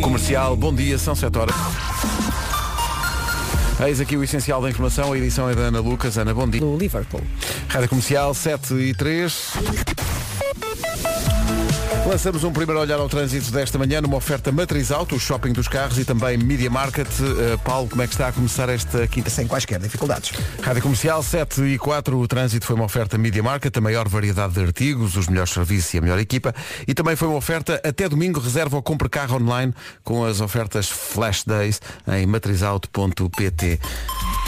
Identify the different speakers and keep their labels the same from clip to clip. Speaker 1: Comercial, bom dia, são 7 horas. Eis aqui o essencial da informação, a edição é da Ana Lucas. Ana, bom dia.
Speaker 2: do Liverpool.
Speaker 1: Rádio Comercial 7 e 3. Lançamos um primeiro olhar ao trânsito desta manhã numa oferta matriz alto, o shopping dos carros e também Media Market. Eh, Paulo, como é que está a começar esta quinta?
Speaker 3: Sem quaisquer dificuldades.
Speaker 1: Rádio Comercial 7 e 4, o trânsito foi uma oferta Media Market, a maior variedade de artigos, os melhores serviços e a melhor equipa. E também foi uma oferta até domingo, reserva ou compre carro online com as ofertas Flash Days em matrizauto.pt.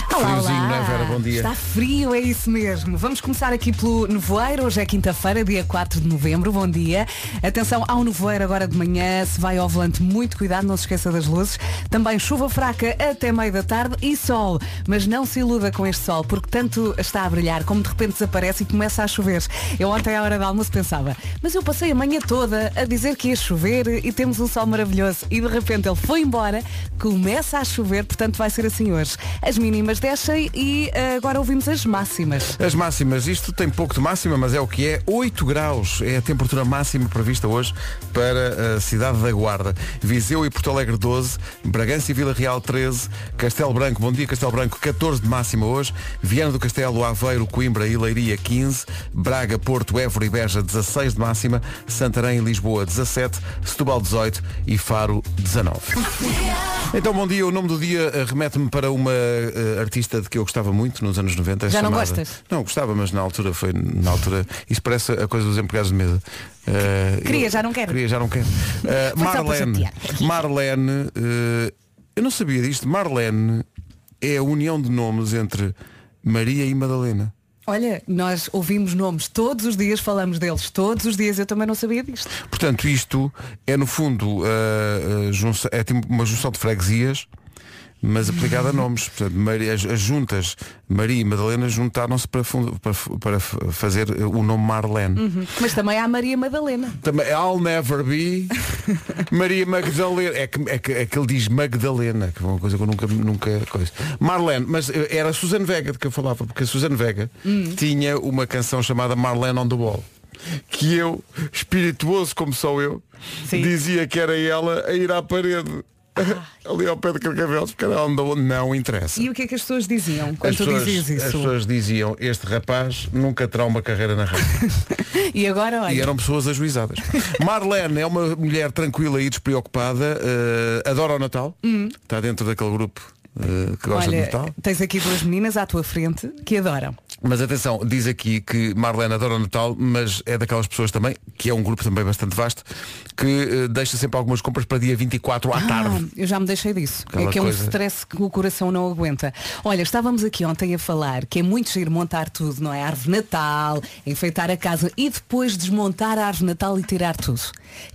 Speaker 1: Friozinho, não é Vera? Bom dia.
Speaker 4: Está frio, é isso mesmo. Vamos começar aqui pelo nevoeiro. Hoje é quinta-feira, dia 4 de novembro. Bom dia. Atenção ao nevoeiro agora de manhã. Se vai ao volante, muito cuidado, não se esqueça das luzes. Também chuva fraca até meio da tarde e sol. Mas não se iluda com este sol, porque tanto está a brilhar como de repente desaparece e começa a chover. Eu ontem à hora do almoço pensava, mas eu passei a manhã toda a dizer que ia chover e temos um sol maravilhoso. E de repente ele foi embora, começa a chover, portanto vai ser assim hoje. As mínimas descem e eh, agora ouvimos as máximas.
Speaker 1: As máximas, isto tem pouco de máxima, mas é o que é. 8 graus é a temperatura máxima prevista hoje para a cidade da Guarda. Viseu e Porto Alegre 12, Bragança e Vila Real 13, Castelo Branco, bom dia Castelo Branco, 14 de máxima hoje, Viana do Castelo, Aveiro, Coimbra e Leiria 15, Braga, Porto, Évora e Beja 16 de máxima, Santarém e Lisboa 17, Setúbal 18 e Faro 19. Então, bom dia. O nome do dia eh, remete-me para uma eh, artista de que eu gostava muito nos anos 90.
Speaker 4: Já não
Speaker 1: chamada-
Speaker 4: gostas?
Speaker 1: Não, gostava, mas na altura foi na altura. Isso parece a coisa dos empregados de mesa. Eh,
Speaker 4: Queria,
Speaker 1: eu-
Speaker 4: já não quero.
Speaker 1: Queria, já não quero. Eh,
Speaker 4: Foi só para
Speaker 1: Marlene.
Speaker 4: chatear.
Speaker 1: Marlene. eh, eu não sabia disto. Marlene é a união de nomes entre Maria e Madalena.
Speaker 4: Olha, nós ouvimos nomes todos os dias, falamos deles todos os dias. Eu também não sabia disto.
Speaker 1: Portanto, isto é no fundo eh, eh, junção- é tipo uma junção de freguesias, mas aplicada a nomes. Portanto, Maria- as, as juntas Maria e Madalena juntaram-se para, fund- para f- para f- fazer eh, o nome Marlene.
Speaker 4: Mas também há a Maria Madalena.
Speaker 1: Também, I'll never be Maria Magdalena. É que, é, que, é que ele diz Magdalena, que é uma coisa que eu nunca, nunca coisa. Marlene, mas eh, era a Susana Vega de que eu falava, porque a Susana Vega
Speaker 4: Hum.
Speaker 1: tinha uma canção chamada Marlene on the Wall. Que eu, espirituoso como sou eu,
Speaker 4: Sim. Ah.
Speaker 1: dizia que era ela a ir à parede. Ali ao pé de Carcavelos, porque era on the wall. Não interessa.
Speaker 4: E o que é que as pessoas diziam quando
Speaker 1: As
Speaker 4: tu
Speaker 1: pessoas-
Speaker 4: dizias
Speaker 1: as
Speaker 4: isso?
Speaker 1: pessoas diziam, este rapaz nunca terá uma carreira na rádio.
Speaker 4: E agora, olha.
Speaker 1: E eram pessoas ajuizadas. Marlene é uma mulher tranquila e despreocupada, eh, adora o Natal, está dentro daquele grupo eh, que gosta de
Speaker 4: Hum. Olha,
Speaker 1: Natal.
Speaker 4: tens aqui duas meninas à tua frente que adoram.
Speaker 1: Mas atenção, diz aqui que Marlene adora o Natal, mas é daquelas pessoas também, que é um grupo também bastante vasto, que eh, deixa sempre algumas compras para dia 24 à tarde.
Speaker 4: Ah, eu já me deixei disso.
Speaker 1: Aquela
Speaker 4: é que é um
Speaker 1: coisa.
Speaker 4: stress que o coração não aguenta. Olha, estávamos aqui ontem a falar que é muito giro montar tudo, não é? Árvore de Natal, enfeitar a casa e depois desmontar a árvore de Natal e tirar tudo.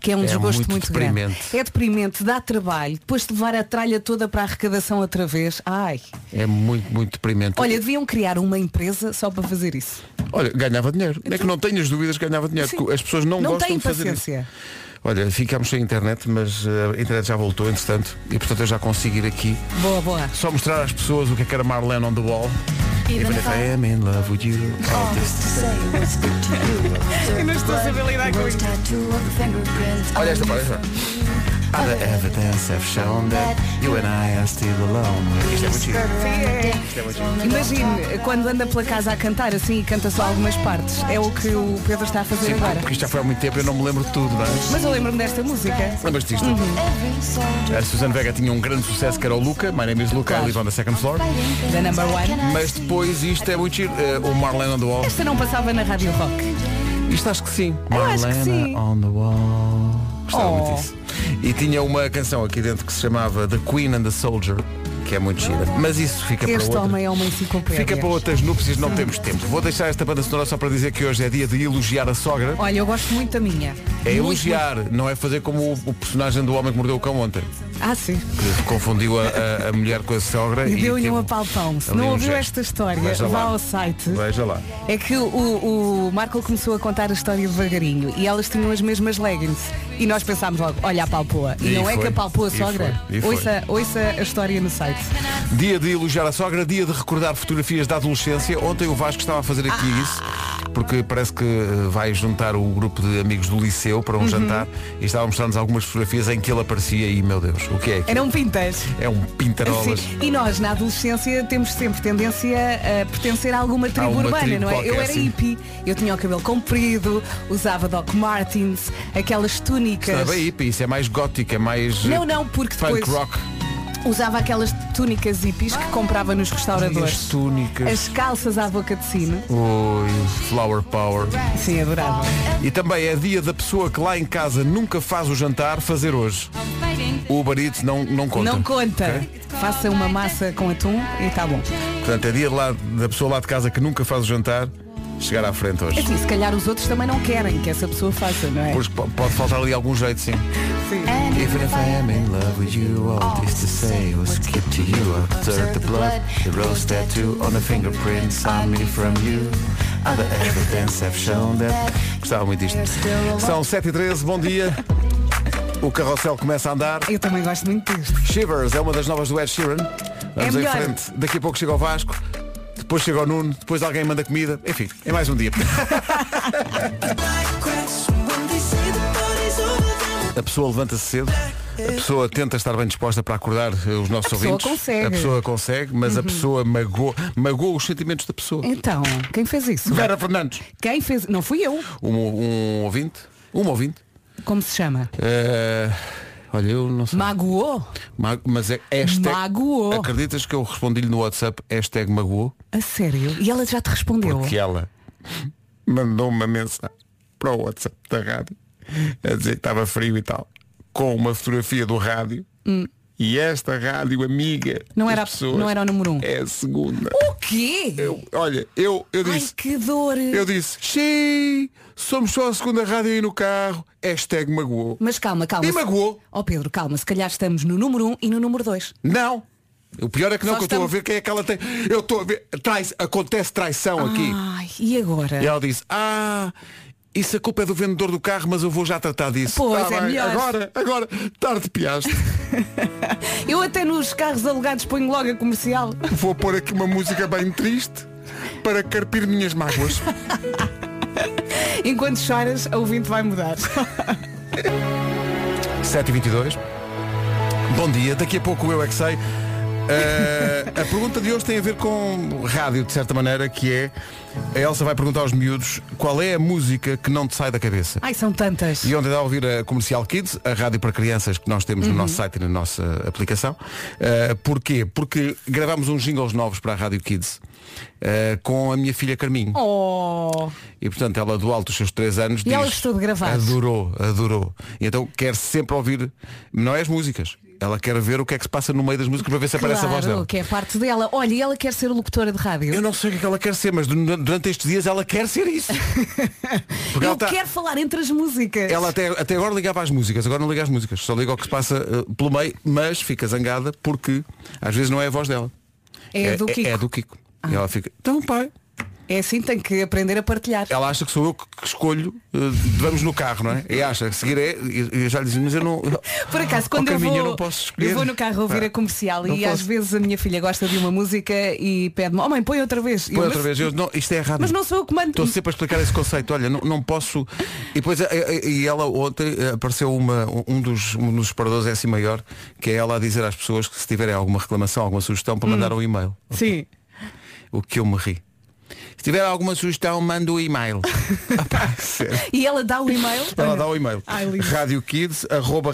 Speaker 4: Que é um
Speaker 1: É
Speaker 4: desgosto
Speaker 1: muito
Speaker 4: muito, grande.
Speaker 1: deprimente.
Speaker 4: É deprimente, dá trabalho, depois de levar a tralha toda para a arrecadação outra vez. Ai.
Speaker 1: É muito, muito deprimente.
Speaker 4: Olha, deviam criar uma empresa só para fazer isso.
Speaker 1: Olha, ganhava dinheiro. É que não tenhas dúvidas que ganhava dinheiro.
Speaker 4: Sim.
Speaker 1: porque As pessoas não,
Speaker 4: Não
Speaker 1: gostam
Speaker 4: têm
Speaker 1: de fazer isso.
Speaker 4: paciência.
Speaker 1: Olha, ficámos sem internet, mas eh, a internet já voltou, entretanto, e portanto eu já consigo ir aqui
Speaker 4: Boa, boa.
Speaker 1: Só mostrar às pessoas o que é que era Marlene on the wall. Even if I am in love with you. I'll just-
Speaker 4: Eu não estou a saber lidar com isto.
Speaker 1: Olha esta, olha esta. Other evidence have shown that you and I are still alone. Isto é muito é chique.
Speaker 4: Imagine, quando anda pela casa a cantar assim e canta só algumas partes. É o que o Pedro está a fazer agora.
Speaker 1: Porque isto já foi há muito tempo, eu não me lembro de tudo, não é?
Speaker 4: Mas eu lembro-me desta música.
Speaker 1: Lembras-te disto?
Speaker 5: Uhum.
Speaker 1: A Susana Vega tinha um grande sucesso que era o Luca, My Name is Luca, I
Speaker 4: Claro.
Speaker 1: live on the second floor.
Speaker 4: The number one.
Speaker 1: Mas depois isto é muito giro. Eh, o Marlene on the wall.
Speaker 4: Esta não passava na Rádio Rock.
Speaker 1: Isto acho que sim.
Speaker 4: Eu acho que sim.
Speaker 1: on the wall. Gostava
Speaker 4: Oh.
Speaker 1: muito disso. E tinha uma canção aqui dentro que se chamava The Queen and the Soldier, que é muito gira. Mas isso fica para
Speaker 4: Este
Speaker 1: outra.
Speaker 4: homem é uma enciclopédia.
Speaker 1: Fica para outras núpcias, não temos tempo. Vou deixar esta banda sonora só para dizer que hoje é dia de elogiar a sogra.
Speaker 4: Olha, eu gosto muito da minha.
Speaker 1: É
Speaker 4: Muito,
Speaker 1: elogiar, não é fazer como o, o personagem do Homem que Mordeu o Cão ontem,
Speaker 4: muito. Ah, sim.
Speaker 1: que confundiu a, a- a mulher com a sogra.
Speaker 4: E deu-lhe
Speaker 1: teve
Speaker 4: um apalpão. Se
Speaker 1: É, ali
Speaker 4: não
Speaker 1: um
Speaker 4: ouviu
Speaker 1: gesto.
Speaker 4: esta história,
Speaker 1: Veja
Speaker 4: vá
Speaker 1: lá.
Speaker 4: ao site.
Speaker 1: Veja lá.
Speaker 4: É que o, o Marco começou a contar a história devagarinho e elas tinham as mesmas leggings. E nós pensámos logo, olha a palpoa. E,
Speaker 1: E
Speaker 4: não é
Speaker 1: foi.
Speaker 4: que a palpoa
Speaker 1: E
Speaker 4: sogra.
Speaker 1: foi. E foi.
Speaker 4: Ouça, ouça a história no site. Ah.
Speaker 1: Dia de elogiar a sogra, dia de recordar fotografias da adolescência. Ontem o Vasco estava a fazer aqui isso. porque parece que eh, vai juntar o grupo de amigos do liceu para um
Speaker 4: Uhum.
Speaker 1: jantar e estava a mostrar-nos algumas fotografias em que ele aparecia e, meu Deus, o que é aquilo?
Speaker 4: Eram pintas.
Speaker 1: É um pintarolas.
Speaker 4: Sim. E nós, na adolescência, temos sempre tendência a pertencer a alguma tribo
Speaker 1: uma
Speaker 4: urbana,
Speaker 1: tribo
Speaker 4: não é?
Speaker 1: qualquer,
Speaker 4: eu era
Speaker 1: sim.
Speaker 4: hippie, eu tinha o cabelo comprido, usava Doc Martins, aquelas túnicas.
Speaker 1: Estava hippie, isso é mais gótico, é mais eh,
Speaker 4: Não, não, porque
Speaker 1: punk
Speaker 4: depois
Speaker 1: rock.
Speaker 4: usava aquelas túnicas hippies que comprava nos
Speaker 1: As
Speaker 4: restauradores.
Speaker 1: túnicas.
Speaker 4: As calças à boca de sino.
Speaker 1: Oi, flower power.
Speaker 4: Sim, adorava.
Speaker 1: E também é dia da pessoa que lá em casa nunca faz o jantar, fazer hoje. O Uber Eats não, não conta.
Speaker 4: Não conta. Faça uma massa com atum e está bom.
Speaker 1: Portanto, é dia lá, da pessoa lá de casa que nunca faz o jantar, chegar à frente hoje.
Speaker 4: Assim, se calhar os outros também não querem que essa pessoa faça, não é?
Speaker 1: Porque po- pode faltar ali algum jeito, sim.
Speaker 4: Sim.
Speaker 1: Even if I am in love with you, all this to say was kept to you. Observe the blood, the rose tattoo on the fingerprints I me from you. Other evidence have shown that. Gostava muito disto. São 7h13, bom dia. O carrossel começa a andar.
Speaker 4: Eu também gosto muito disto.
Speaker 1: Shivers é uma das novas do Ed Sheeran. Vamos em
Speaker 4: É melhor.
Speaker 1: frente. Daqui a pouco chega o Vasco. Depois chega o Nuno, depois alguém manda comida. Enfim, é mais um dia. A pessoa levanta-se cedo, a pessoa tenta estar bem disposta para acordar eh, os nossos
Speaker 4: A pessoa
Speaker 1: ouvintes.
Speaker 4: consegue. Uhum.
Speaker 1: A pessoa consegue, mas a pessoa magoou, magoou os sentimentos da pessoa.
Speaker 4: Então, quem fez isso?
Speaker 1: Vera Fernandes.
Speaker 4: Quem fez? Não fui eu.
Speaker 1: Um, um ouvinte? Um ouvinte?
Speaker 4: Como se chama?
Speaker 1: Eh, olha, eu não sei.
Speaker 4: Magoou?
Speaker 1: Ma- Mas é hashtag.
Speaker 4: Magoou.
Speaker 1: Acreditas que eu respondi-lhe no WhatsApp hashtag magoou?
Speaker 4: A sério? E ela já te respondeu?
Speaker 1: Porque é- ela mandou uma mensagem para o WhatsApp da rádio a dizer que estava frio e tal, com uma fotografia do rádio. E esta rádio amiga
Speaker 4: Hum. Não
Speaker 1: das
Speaker 4: era-
Speaker 1: pessoas,
Speaker 4: não era o número um.
Speaker 1: É a segunda.
Speaker 4: O quê?
Speaker 1: Eu- olha, eu, eu
Speaker 4: Ai,
Speaker 1: disse,
Speaker 4: que dor.
Speaker 1: eu disse, xiii, somos só a segunda rádio aí no carro. Hashtag magoou.
Speaker 4: Mas calma, calma.
Speaker 1: E magoou.
Speaker 4: Ó Pedro, calma, se calhar estamos no número 1 um e no número 2.
Speaker 1: Não. O pior é que não,
Speaker 4: Só
Speaker 1: que eu estou a
Speaker 4: estamos-
Speaker 1: ver quem é que ela tem. Eu estou a ver. Trai acontece
Speaker 4: Ah.
Speaker 1: traição aqui.
Speaker 4: Ai, e agora?
Speaker 1: E ela disse, ah, isso a culpa é do vendedor do carro, mas eu vou já tratar disso.
Speaker 4: Pois,
Speaker 1: Tá
Speaker 4: é
Speaker 1: bem,
Speaker 4: melhor.
Speaker 1: Agora, agora, tarde piaste.
Speaker 4: Eu até nos carros alugados ponho logo a comercial.
Speaker 1: vou pôr aqui uma música bem triste para carpir minhas mágoas.
Speaker 4: Enquanto choras, a ouvinte vai mudar.
Speaker 1: 7h22. Bom dia, daqui a pouco eu é que sei. Eh, a pergunta de hoje tem a ver com rádio, de certa maneira, que é a Elsa vai perguntar aos miúdos qual é a música que não te sai da cabeça.
Speaker 4: Ai, são tantas.
Speaker 1: E ontem estava a ouvir a Comercial Kids, a rádio para crianças que nós temos no
Speaker 4: Uhum.
Speaker 1: nosso site e na nossa aplicação. Uh, porquê? Porque gravámos uns jingles novos para a Rádio Kids uh, com a minha filha Carminho.
Speaker 4: Oh,
Speaker 1: E portanto ela do alto dos seus 3 anos diz,
Speaker 4: ela gostou de gravar.
Speaker 1: Adorou, adorou. E então quer sempre ouvir, não é as músicas. Ela quer ver o que é que se passa no meio das músicas para ver se aparece a voz
Speaker 4: claro,
Speaker 1: dela.
Speaker 4: que é parte dela. Olha, e ela quer ser locutora de rádio.
Speaker 1: Eu não sei o que é que ela quer ser, mas du- durante estes dias ela quer ser isso. Porque
Speaker 4: Eu
Speaker 1: ela tá-
Speaker 4: quero falar entre as músicas.
Speaker 1: Ela até, até agora ligava às músicas, agora não liga às músicas, só liga ao que se passa eh, pelo meio, mas fica zangada porque às vezes não é a voz dela.
Speaker 4: É a do Kiko. Ah.
Speaker 1: É, do Kiko. E ela fica, então pai,
Speaker 4: É assim, tem que aprender a partilhar.
Speaker 1: ela acha que sou eu que que escolho, eh, vamos no carro, não é? E acha, a seguir é, e e já lhe dizem, mas eu não.
Speaker 4: Por acaso,
Speaker 1: Ó,
Speaker 4: quando eu,
Speaker 1: Carminho,
Speaker 4: vou,
Speaker 1: eu não posso escolher.
Speaker 4: eu vou no carro ouvir
Speaker 1: Ah,
Speaker 4: a comercial
Speaker 1: não
Speaker 4: e às
Speaker 1: posso.
Speaker 4: vezes a minha filha gosta de uma música e pede-me, oh mãe, põe outra vez. E eu,
Speaker 1: Põe outra
Speaker 4: mas,
Speaker 1: vez, eu, não, isto é errado.
Speaker 4: mas não sou eu que mando.
Speaker 1: Estou sempre a explicar esse conceito, olha, não, não posso. E depois eh, eh, e ela ontem eh, apareceu uma, um, dos, um dos separadores é assim maior, que é ela a dizer às pessoas que se tiverem alguma reclamação, alguma sugestão,
Speaker 4: Hum.
Speaker 1: para mandar um e-mail.
Speaker 4: Sim.
Speaker 1: O que eu me ri. Se tiver alguma sugestão, manda o e-mail. Apá, sério.
Speaker 4: E ela dá o e-mail.
Speaker 1: Ela dá o e-mail.
Speaker 4: Ai, lindo.
Speaker 1: Radiokids, arroba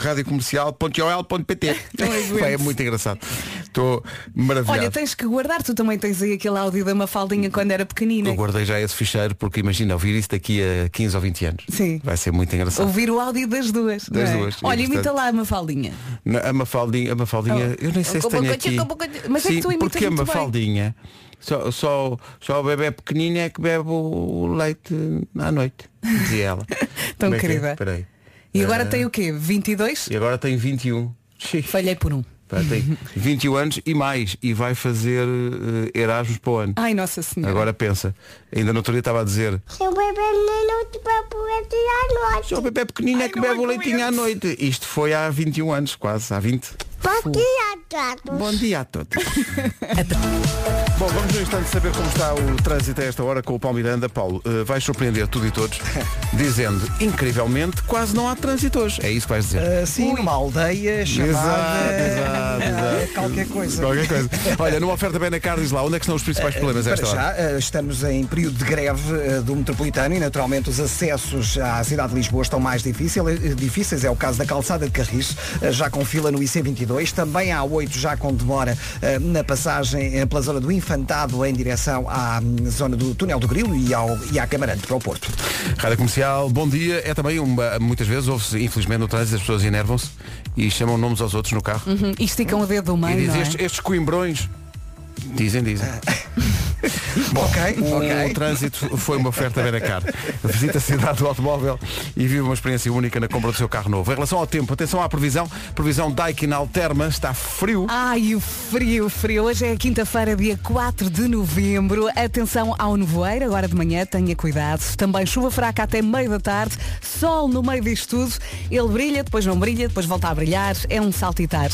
Speaker 1: radiocomercial.ol.pt
Speaker 4: Não aguento.
Speaker 1: Pá, É muito engraçado. Estou maravilhado.
Speaker 4: Olha, tens que guardar, tu também tens aí aquele áudio da Mafaldinha quando era pequenina.
Speaker 1: Eu guardei já esse ficheiro porque imagina ouvir isso daqui a 15 ou 20 anos.
Speaker 4: Sim.
Speaker 1: Vai ser muito engraçado.
Speaker 4: Ouvir o áudio das duas. não
Speaker 1: Das
Speaker 4: é?
Speaker 1: duas,
Speaker 4: Olha,
Speaker 1: e,
Speaker 4: imita
Speaker 1: portanto-
Speaker 4: lá a Mafaldinha.
Speaker 1: Na- a Mafaldinha, a Mafaldinha,
Speaker 4: Oh.
Speaker 1: eu nem sei se
Speaker 4: Com
Speaker 1: tenho
Speaker 4: bocatinha,
Speaker 1: aqui.
Speaker 4: com bocatinha. Mas é que
Speaker 1: Sim,
Speaker 4: tu imitas
Speaker 1: porque a
Speaker 4: muito bem.
Speaker 1: Mafaldinha, só, só, só o bebê pequenino é que bebe o leite à noite, dizia ela.
Speaker 4: Tão
Speaker 1: Como é que é?
Speaker 4: querida.
Speaker 1: Espera aí.
Speaker 4: E agora
Speaker 1: Ah,
Speaker 4: tem o quê? 22?
Speaker 1: E agora tem 21. Xiii.
Speaker 4: Falhei por um.
Speaker 1: Pá, tem 21 anos e mais. E vai fazer eh, Erasmus para o ano.
Speaker 4: Ai, Nossa Senhora.
Speaker 1: Agora pensa. Ainda no outro dia estava a dizer.
Speaker 2: Seu bebê menino de papulete à noite.
Speaker 1: Só o bebê pequenino é que bebe o leitinho à noite. Isto foi há 21 anos, quase, há 20.
Speaker 2: Bom dia, gatos.
Speaker 1: Bom dia a todos. Bom, vamos no instante saber como está o trânsito a esta hora com o Paulo Miranda. Paulo, eh, vais surpreender tudo e todos dizendo, incrivelmente, quase não há trânsito hoje. É isso que vais dizer.
Speaker 3: Assim, numa aldeia chamada
Speaker 1: Exato, exato,
Speaker 3: eh,
Speaker 1: exato.
Speaker 3: qualquer coisa.
Speaker 1: Qualquer coisa. Olha, numa oferta bem na cara, diz lá, onde é que estão os principais problemas a
Speaker 3: Para
Speaker 1: esta hora?
Speaker 3: já, eh, estamos em período de greve eh, do metropolitano e naturalmente os acessos à cidade de Lisboa estão mais difícil- eh, difíceis. É o caso da calçada de Carris, eh, já com fila no IC22. Também há 8 já com demora eh, na passagem eh, pela zona do Infantado em direção à hum, zona do Túnel do Grilo e, ao, e à Camarante para o Porto.
Speaker 1: Rádio Comercial, bom dia. É também uma, muitas vezes ouve-se, infelizmente, no trânsito, as pessoas enervam-se e chamam nomes aos outros no carro.
Speaker 4: Hum, E esticam o dedo do
Speaker 1: E
Speaker 4: meio,
Speaker 1: dizem
Speaker 4: não é?
Speaker 1: estes, estes coimbrões. Ah. Dizem, dizem.
Speaker 3: ok,
Speaker 1: O
Speaker 3: ok.
Speaker 1: trânsito foi uma oferta Benacar. Visita a cidade do automóvel e vive uma experiência única na compra do seu carro novo. Em relação ao tempo, atenção à previsão. Previsão Daikin Alterma, está frio.
Speaker 4: Ai, o frio, o frio. Hoje é quinta-feira, dia 4 de novembro. Atenção ao nevoeiro, agora de manhã, tenha cuidado. Também chuva fraca até meio da tarde, sol no meio disto tudo. Ele brilha, depois não brilha, depois volta a brilhar. É um saltitar.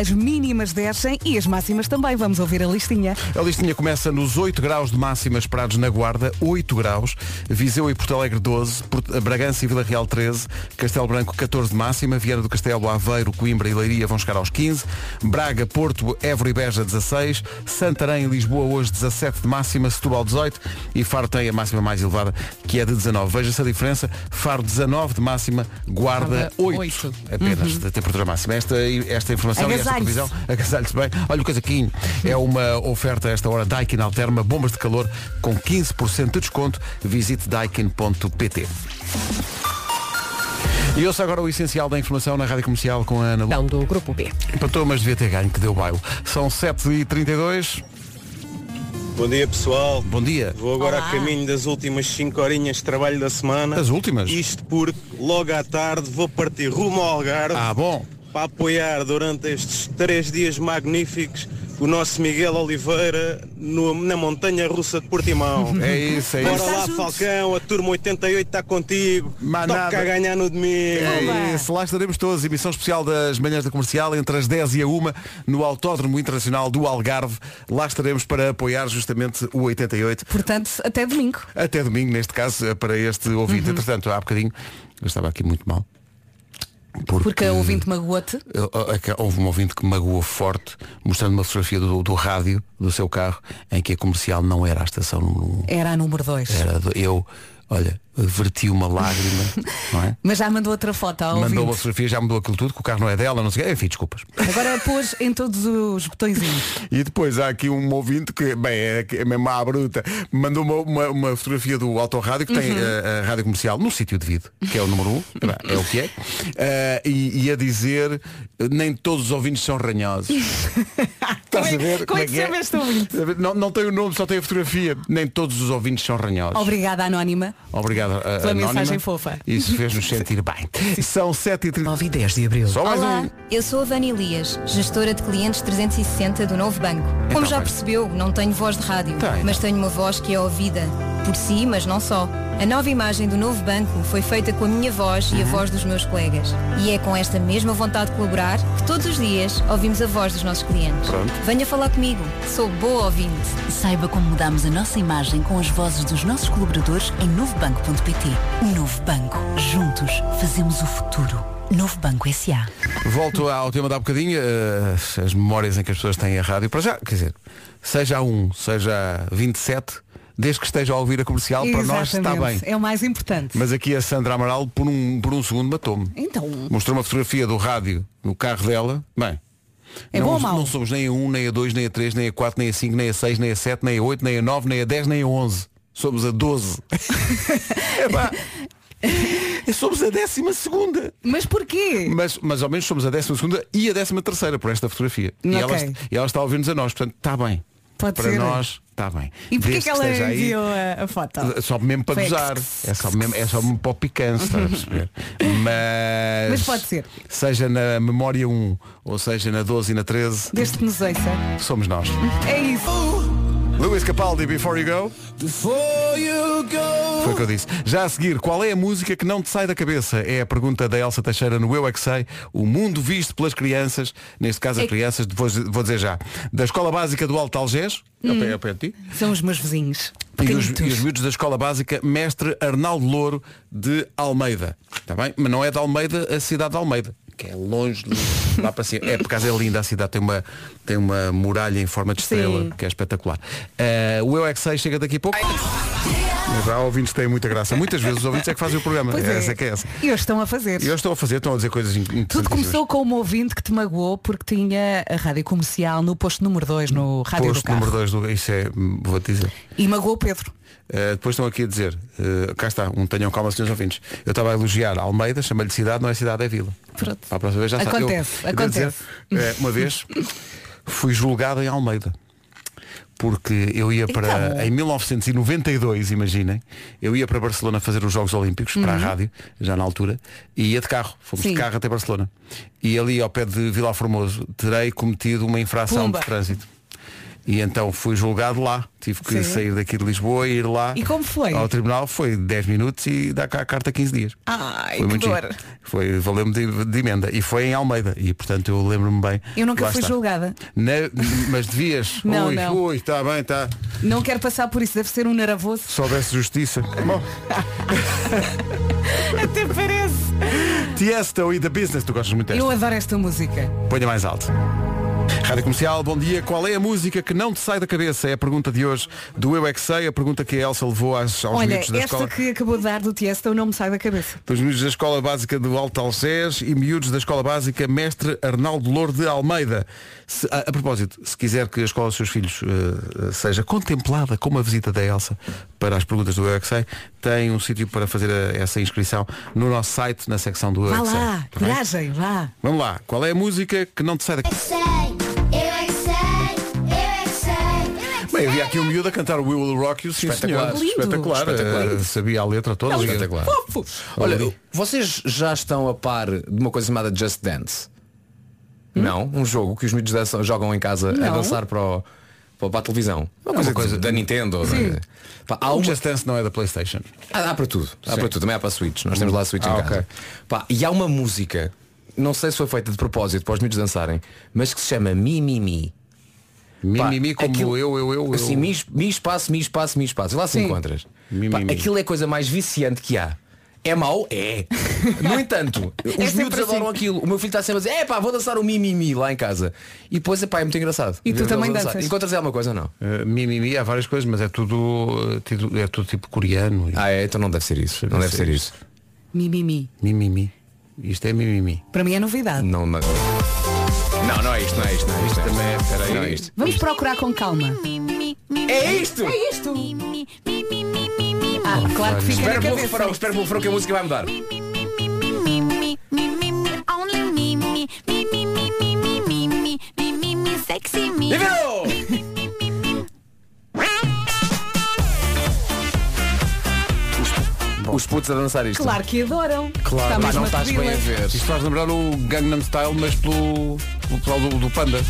Speaker 4: As mínimas descem e as máximas também. Vamos ouvir a listinha.
Speaker 1: A listinha começa nos 8 graus de máxima esperados na Guarda, 8 graus, Viseu e Porto Alegre 12, Port- Bragança e Vila Real 13, Castelo Branco 14 de máxima, Vieira do Castelo, Aveiro, Coimbra e Leiria vão chegar aos 15, Braga, Porto, Évora e Beja 16, Santarém e Lisboa hoje 17 de máxima, Setúbal 18 e Faro tem a máxima mais elevada que é de 19. Veja-se a diferença, Faro 19 de máxima, Guarda
Speaker 4: Guarda
Speaker 1: 8,
Speaker 4: oito.
Speaker 1: apenas da temperatura máxima. Esta, esta informação e esta
Speaker 4: Agasalhe-se.
Speaker 1: previsão Agasalhe-se bem. Olha o casaquinho. É uma oferta a esta hora Daikin Alterma, bombas de calor com 15% de desconto. Visite daikin.pt. E ouça agora o essencial da informação na Rádio Comercial com a Ana Lu.
Speaker 6: Então, do Grupo B.
Speaker 1: Empatou, mas devia ter ganho, que deu baile. São 7h32.
Speaker 7: Bom dia pessoal.
Speaker 1: Bom dia.
Speaker 7: Vou agora
Speaker 6: Olá.
Speaker 7: a caminho das últimas 5 horinhas de trabalho da semana.
Speaker 1: As últimas?
Speaker 7: Isto porque logo à tarde vou partir rumo ao Algarve
Speaker 1: Ah, bom.
Speaker 7: para apoiar durante estes três dias magníficos o nosso Miguel Oliveira no- na montanha russa de Portimão.
Speaker 1: É isso, é
Speaker 7: Bora
Speaker 1: isso.
Speaker 7: lá Falcão, a turma 88 está contigo.
Speaker 1: Mas
Speaker 7: Toca
Speaker 1: nada.
Speaker 7: a ganhar no domingo.
Speaker 1: É isso, lá estaremos todos, emissão especial das manhãs da comercial, entre as 10 e a 1, no Autódromo Internacional do Algarve. Lá estaremos para apoiar justamente o 88.
Speaker 4: Portanto, até domingo.
Speaker 1: Até domingo, neste caso, eh, para este
Speaker 4: Uhum.
Speaker 1: ouvinte. Entretanto, há bocadinho, eu estava aqui muito mal.
Speaker 4: Porque o ouvinte magoou-te.
Speaker 1: eu- eu- eu- Houve um ouvinte que magoou forte, mostrando uma fotografia do, do rádio do seu carro, em que a comercial não era a estação número um.
Speaker 4: Era a número 2.
Speaker 1: Era do- eu, olha, verti uma lágrima, não é?
Speaker 4: Mas já mandou outra foto ao
Speaker 1: Mandou uma
Speaker 4: ouvinte.
Speaker 1: fotografia, já mudou aquilo tudo, que o carro não é dela, não sei o quê. Enfim, desculpas.
Speaker 4: Agora pôs em todos os botõezinhos.
Speaker 1: E depois há aqui um ouvinte que, bem, é, que é mesmo à bruta, mandou uma, uma, uma fotografia do autorrádio que tem eh, a rádio comercial no sítio devido, que é o número 1, um, é o que é, eh, e, e a dizer nem todos os ouvintes são ranhosos. Estás a ver?
Speaker 4: como é que chama este ouvinte?
Speaker 1: Não, não tem o nome, só tem a fotografia. Nem todos os ouvintes são ranhosos.
Speaker 4: Obrigada, Anónima.
Speaker 1: Obrigado, eh,
Speaker 4: Pela
Speaker 1: Anónima.
Speaker 4: mensagem fofa.
Speaker 1: Isso fez-nos sentir bem. São 7h30.
Speaker 6: 9 e 10 de Abril.
Speaker 1: Só mais
Speaker 8: Olá,
Speaker 1: um.
Speaker 8: eu sou a Vani Elias, gestora de clientes 360 do Novo Banco. Como já
Speaker 1: Vani.
Speaker 8: percebeu, não tenho voz de rádio,
Speaker 1: Então, Tem.
Speaker 8: mas tenho uma voz que é ouvida. Por si, mas não só. A nova imagem do Novo Banco foi feita com a minha voz
Speaker 1: Uhum.
Speaker 8: e a voz dos meus colegas. E é com esta mesma vontade de colaborar que todos os dias ouvimos a voz dos nossos clientes. Venha falar comigo, sou boa ouvinte.
Speaker 5: Saiba como mudamos a nossa imagem com as vozes dos nossos colaboradores em novobanco.pt. Novo Banco. Juntos fazemos o futuro. Novo Banco S.A.
Speaker 1: Volto ao tema da bocadinho, eh, as memórias em que as pessoas têm a rádio. Para já, quer dizer, seja a 1, seja a 27, desde que esteja a ouvir a comercial, para nós está bem.
Speaker 4: Exatamente. É o mais importante.
Speaker 1: Mas aqui a Sandra Amaral, por um, por um segundo, matou-me.
Speaker 4: Então,
Speaker 1: Mostrou uma fotografia do rádio no carro dela. Bem.
Speaker 4: É
Speaker 1: não,
Speaker 4: bom ou mau?
Speaker 1: Não somos nem a 1, nem a 2, nem a 3, nem a 4, nem a 5, nem a 6, nem a 7, nem a 8, nem a 9, nem a 10, nem a 11. Somos a 12. Epá. É, somos a décima segunda.
Speaker 4: mas porquê?
Speaker 1: Mas, mas ao menos somos a 12 e a 13 terceira por esta fotografia. E,
Speaker 4: Ok.
Speaker 1: ela, e ela está a ouvir-nos a nós, portanto está bem.
Speaker 4: Pode
Speaker 1: Para
Speaker 4: ser.
Speaker 1: nós está bem.
Speaker 4: E porquê
Speaker 1: Desde
Speaker 4: que ela é
Speaker 1: esteja aí, Uh,
Speaker 4: enviou a, a foto?
Speaker 1: Só mesmo para
Speaker 4: Foi
Speaker 1: gozar. É só mesmo, é só mesmo para o picanço, estás a perceber? Mas,
Speaker 4: Mas pode ser.
Speaker 1: Seja na memória 1 ou seja na 12 e na 13,
Speaker 4: Desde que nos ouça.
Speaker 1: somos nós.
Speaker 4: É isso.
Speaker 1: Uh. Luís Capaldi, Before You Go. Foi o que eu disse. Já a seguir, qual é a música que não te sai da cabeça? É a pergunta da Elsa Teixeira no Eu É Que Sei. O mundo visto pelas crianças, neste caso as
Speaker 4: É-
Speaker 1: crianças, vou, vou dizer já. Da Escola Básica do Alto Algés, É ao pé- ao pé de ti,
Speaker 4: São os meus vizinhos.
Speaker 1: e os, e os
Speaker 4: Pequenitos.
Speaker 1: miúdos da Escola Básica Mestre Arnaldo Louro de Almeida. Está bem? Mas não é de Almeida a cidade de Almeida, que é longe de lá para cima. É, por acaso é linda a cidade, tem uma, tem uma muralha em forma de estrela,
Speaker 4: Sim.
Speaker 1: que é espetacular. Eh, o Eu É Que Sei chega daqui a pouco. Mas há ouvintes que têm muita graça. Muitas vezes os ouvintes é que fazem o programa.
Speaker 4: Pois é.
Speaker 1: Essa é que é essa.
Speaker 4: E hoje estão a fazer.
Speaker 1: E hoje estão a fazer, estão a dizer coisas interessantes.
Speaker 4: Tudo começou com uma ouvinte que te magoou porque tinha a rádio comercial no posto número 2, no rádio do
Speaker 1: Posto
Speaker 4: carro.
Speaker 1: número 2 do. Isso é. hum, Vou-te dizer.
Speaker 4: E magoou o Pedro.
Speaker 1: Uh, depois estão aqui a dizer, uh, cá está, um tenham calma, senhores ouvintes. Eu estava a elogiar Almeida, chamei-lhe cidade, não é cidade, é vila.
Speaker 4: Pronto.
Speaker 1: Para a próxima vez já sabe.
Speaker 4: Acontece,
Speaker 1: eu, eu devo
Speaker 4: acontece.
Speaker 1: dizer, eh, uma vez fui julgado em Almeida. Porque eu ia para.
Speaker 4: Então.
Speaker 1: Em 1992, imaginem, eu ia para Barcelona fazer os Jogos Olímpicos para a rádio, já na altura, e ia de carro. Fomos
Speaker 4: Uhum. Sim.
Speaker 1: de carro até Barcelona. E ali ao pé de Vila Formoso terei cometido uma infração
Speaker 4: Pumba.
Speaker 1: de trânsito. E então fui julgado lá. Tive que
Speaker 4: Sim.
Speaker 1: sair daqui de Lisboa e ir lá.
Speaker 4: E como foi?
Speaker 1: Ao tribunal foi 10 minutos e dá cá a carta 15 dias. Foi
Speaker 4: Ai, que
Speaker 1: muito giro.
Speaker 4: dor.
Speaker 1: Foi, valeu-me de, de emenda. E foi em Almeida. E portanto eu lembro-me bem.
Speaker 4: Eu nunca
Speaker 1: Lá
Speaker 4: fui
Speaker 1: está.
Speaker 4: julgada.
Speaker 1: Na- mas devias.
Speaker 4: Não,
Speaker 1: ui,
Speaker 4: não.
Speaker 1: ui, está bem, está.
Speaker 4: Não quero passar por isso, deve ser um nervoso.
Speaker 1: Se houvesse justiça. Bom,
Speaker 4: Até parece.
Speaker 1: Tiesto e The Business, tu gostas muito desta.
Speaker 4: Eu adoro esta música.
Speaker 1: Ponha mais alto. Rádio Comercial, bom dia. Qual é a música que não te sai da cabeça? É a pergunta de hoje do Eu É Que Sei, a pergunta que a Elsa levou às, aos
Speaker 4: Olha,
Speaker 1: miúdos da
Speaker 4: esta
Speaker 1: escola.
Speaker 4: que acabou de dar do Tiesto é não me sai da cabeça.
Speaker 1: dos miúdos da Escola Básica do Alto Alcés e miúdos da Escola Básica Mestre Arnaldo Louro de Almeida. Se- a, a propósito, se quiser que a escola dos seus filhos eh, eh, seja contemplada com uma visita da Elsa para as perguntas do Eu É Que Sei, tem um sítio para fazer a- essa inscrição no nosso site, na secção do Eu É
Speaker 4: Vá
Speaker 1: Que Sei.
Speaker 4: lá,
Speaker 1: Está bem?
Speaker 4: coragem, vá.
Speaker 1: Vamos lá, qual é a música que não te sai da
Speaker 2: é sei, eu é que sei, eu é que sei, eu é
Speaker 1: Bem,
Speaker 2: que sei.
Speaker 1: havia aqui um miúdo a cantar We Will Rock You, sim
Speaker 6: Espetacular.
Speaker 1: senhor.
Speaker 4: Lindo.
Speaker 1: Espetacular.
Speaker 6: Espetacular.
Speaker 1: Eh, sabia a letra toda.
Speaker 6: Espetacular.
Speaker 4: Fofos.
Speaker 6: Olha, vocês já estão a par de uma coisa chamada Just Dance? Não, um jogo que os miúdos dançam- jogam em casa a
Speaker 4: Não.
Speaker 6: dançar para, o- para- para a televisão. É Uma coisa,
Speaker 1: coisa-
Speaker 6: da Nintendo. ou
Speaker 4: Sim.
Speaker 6: da- Pá, há
Speaker 1: O
Speaker 6: uma-
Speaker 1: Just Dance não é da Playstation.
Speaker 6: Ah, há para tudo. Há
Speaker 1: Sim.
Speaker 6: para tudo. Também há para Switch. Nós temos lá a Switch
Speaker 1: Ah,
Speaker 6: em casa.
Speaker 1: ok.
Speaker 6: Pá, e há uma música, não sei se foi feita de propósito para os miúdos dançarem, mas que se chama Mi Mi Mi. Pá,
Speaker 1: Mimimi como
Speaker 6: aquilo-
Speaker 1: eu, eu, eu. eu.
Speaker 6: Assim, mi, mi espaço, mi espaço, mi espaço. E lá se encontras.
Speaker 1: Mi,
Speaker 6: Pá,
Speaker 1: mi, mi.
Speaker 6: Aquilo é a coisa mais viciante que há. É mau? É. No entanto, os
Speaker 4: sempre
Speaker 6: miúdos adoram aquilo. O meu filho está sempre a dizer, é pá, vou dançar o mimimi mi, mi, lá em casa. E depois, é pá, é muito engraçado.
Speaker 4: E tu
Speaker 6: Vemos
Speaker 4: também
Speaker 6: eles a dançar.
Speaker 4: danças?
Speaker 6: Encontras alguma coisa ou não?
Speaker 1: Uh, mimimi, há várias coisas, mas é tudo, uh, tido- é tudo tipo coreano. e
Speaker 6: Ah, é, então não deve ser isso. Não deve ser isso.
Speaker 4: Mimimi. Mi, mi.
Speaker 1: Mimimi. Isto é mimimi.
Speaker 4: Para mim é novidade.
Speaker 6: Não, não. Não, não é isto, não é isto, não é isto. Também é, peraí, não é isto.
Speaker 4: Vamos procurar com calma.
Speaker 6: É isto!
Speaker 4: É isto. Ah, claro que fica
Speaker 6: Oh, Espera
Speaker 4: na
Speaker 6: pelo
Speaker 4: cabeça.
Speaker 6: refrão, espera pelo refrão que a música vai mudar. Viveu! Os putos a dançar isto.
Speaker 4: Claro que adoram.
Speaker 1: Claro.
Speaker 4: Está
Speaker 6: Pá,
Speaker 4: mesmo
Speaker 6: não
Speaker 4: a
Speaker 6: estás bem a
Speaker 4: pedi-la.
Speaker 6: ver.
Speaker 1: Isto faz lembrar o Gangnam Style, mas pelo, pelo pessoal do, do Panda.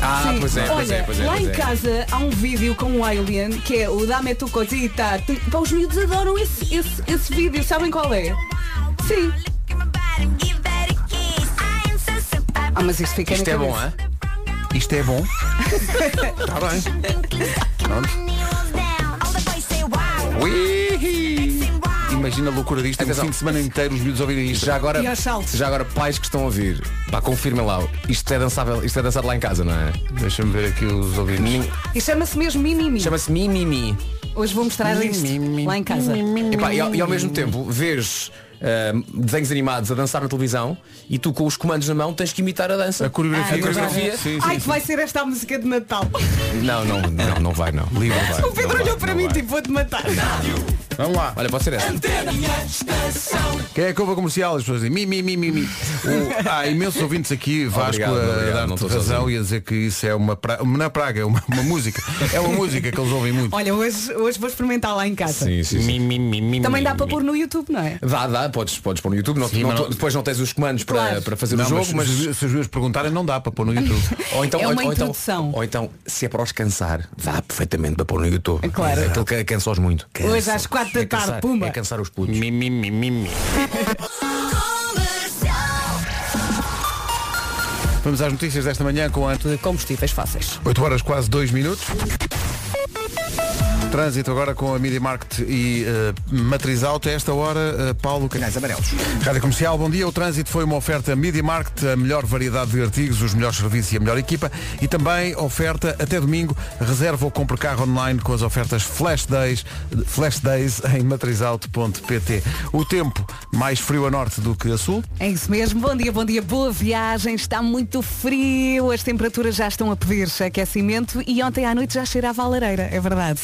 Speaker 6: Ah,
Speaker 4: Sim.
Speaker 6: pois é, pois
Speaker 4: Olha,
Speaker 6: é, pois é.
Speaker 4: Lá
Speaker 6: pois
Speaker 4: em
Speaker 6: é.
Speaker 4: casa há um vídeo com um alien que é o Dame tu cosita. Tu- Pá, os miúdos adoram esse, esse, esse vídeo, sabem qual é? Sim. Ah, mas isto fica
Speaker 6: Isto
Speaker 4: na
Speaker 6: é bom,
Speaker 4: cabeça.
Speaker 6: hã?
Speaker 1: Isto é bom. Está bem. Ui! Imagina a loucura disto. Um
Speaker 6: Atenção.
Speaker 1: fim de semana inteiro os miúdos ouvirem isto.
Speaker 6: Já agora,
Speaker 4: E aos saltos.
Speaker 6: já agora pais que estão a ouvir, pá, confirmem lá. Isto é dançável, isto é dançado lá em casa, não é?
Speaker 1: Deixa-me ver aqui os ouvintes.
Speaker 4: E chama-se mesmo Mimimi.
Speaker 6: Chama-se Mimimi.
Speaker 4: Hoje vou mostrar isto lá em casa.
Speaker 6: E, pá, e, ao, e ao mesmo tempo vês ah, desenhos animados a dançar na televisão e tu com os comandos na mão tens que imitar a dança.
Speaker 1: A coreografia.
Speaker 6: Ah, A coreografia?
Speaker 1: Sim,
Speaker 4: Ai,
Speaker 1: sim,
Speaker 4: que
Speaker 1: sim.
Speaker 4: vai ser esta a música de Natal.
Speaker 6: Ah. Não, não, não, não vai não. Livre vai.
Speaker 4: O Pedro olhou para mim tipo, vou-te matar.
Speaker 1: Vamos lá.
Speaker 6: Olha, pode ser essa.
Speaker 1: Quem é a couve comercial? As pessoas dizem mi, mi, mi, mi, mi. O- há imensos ouvintes aqui, Vasco,
Speaker 6: Obrigado,
Speaker 1: a
Speaker 6: obrigado, não
Speaker 1: dar-te
Speaker 6: estou
Speaker 1: razão
Speaker 6: sozinho.
Speaker 1: e a dizer que isso é uma praga. Não é praga, é uma, uma música. É uma música que eles ouvem muito.
Speaker 4: Olha, hoje, hoje vou experimentar lá em casa.
Speaker 6: sim.
Speaker 4: Também dá para pôr no YouTube, não é?
Speaker 6: Dá, dá, podes, podes pôr no YouTube, não-
Speaker 1: Sim,
Speaker 6: não-
Speaker 1: mas não-
Speaker 6: depois não tens os comandos para,
Speaker 4: Claro.
Speaker 6: para fazer
Speaker 1: Não,
Speaker 6: o jogo,
Speaker 1: mas,
Speaker 6: mas,
Speaker 1: se- se os meus perguntarem não dá para pôr no YouTube.
Speaker 6: ou então,
Speaker 4: É uma
Speaker 6: ou, ou
Speaker 4: introdução.
Speaker 6: então, ou então, se é para os cansar, dá perfeitamente para pôr no YouTube.
Speaker 4: Claro.
Speaker 6: Aquilo que cansa-os muito.
Speaker 4: Hoje
Speaker 6: Cansa.
Speaker 4: às quatro da tarde, pumba.
Speaker 6: é cansar os putos.
Speaker 1: Vamos às notícias desta manhã com a
Speaker 4: De combustíveis fáceis.
Speaker 1: 8 horas quase 2 minutos. Trânsito agora com a Media Market e eh, Matriz Auto. A esta hora, eh, Paulo Canais.
Speaker 3: Sinais amarelos.
Speaker 1: Rádio Comercial, bom dia. O trânsito foi uma oferta Media Market, a melhor variedade de artigos, os melhores serviços e a melhor equipa. E também oferta até domingo, reserva ou compre carro online com as ofertas Flash Days, Flash Days em matrizauto.pt. O tempo mais frio a norte do que a sul.
Speaker 4: É isso mesmo. Bom dia, bom dia, boa viagem. Está muito frio, as temperaturas já estão a pedir aquecimento e ontem à noite já cheirava a lareira, é verdade.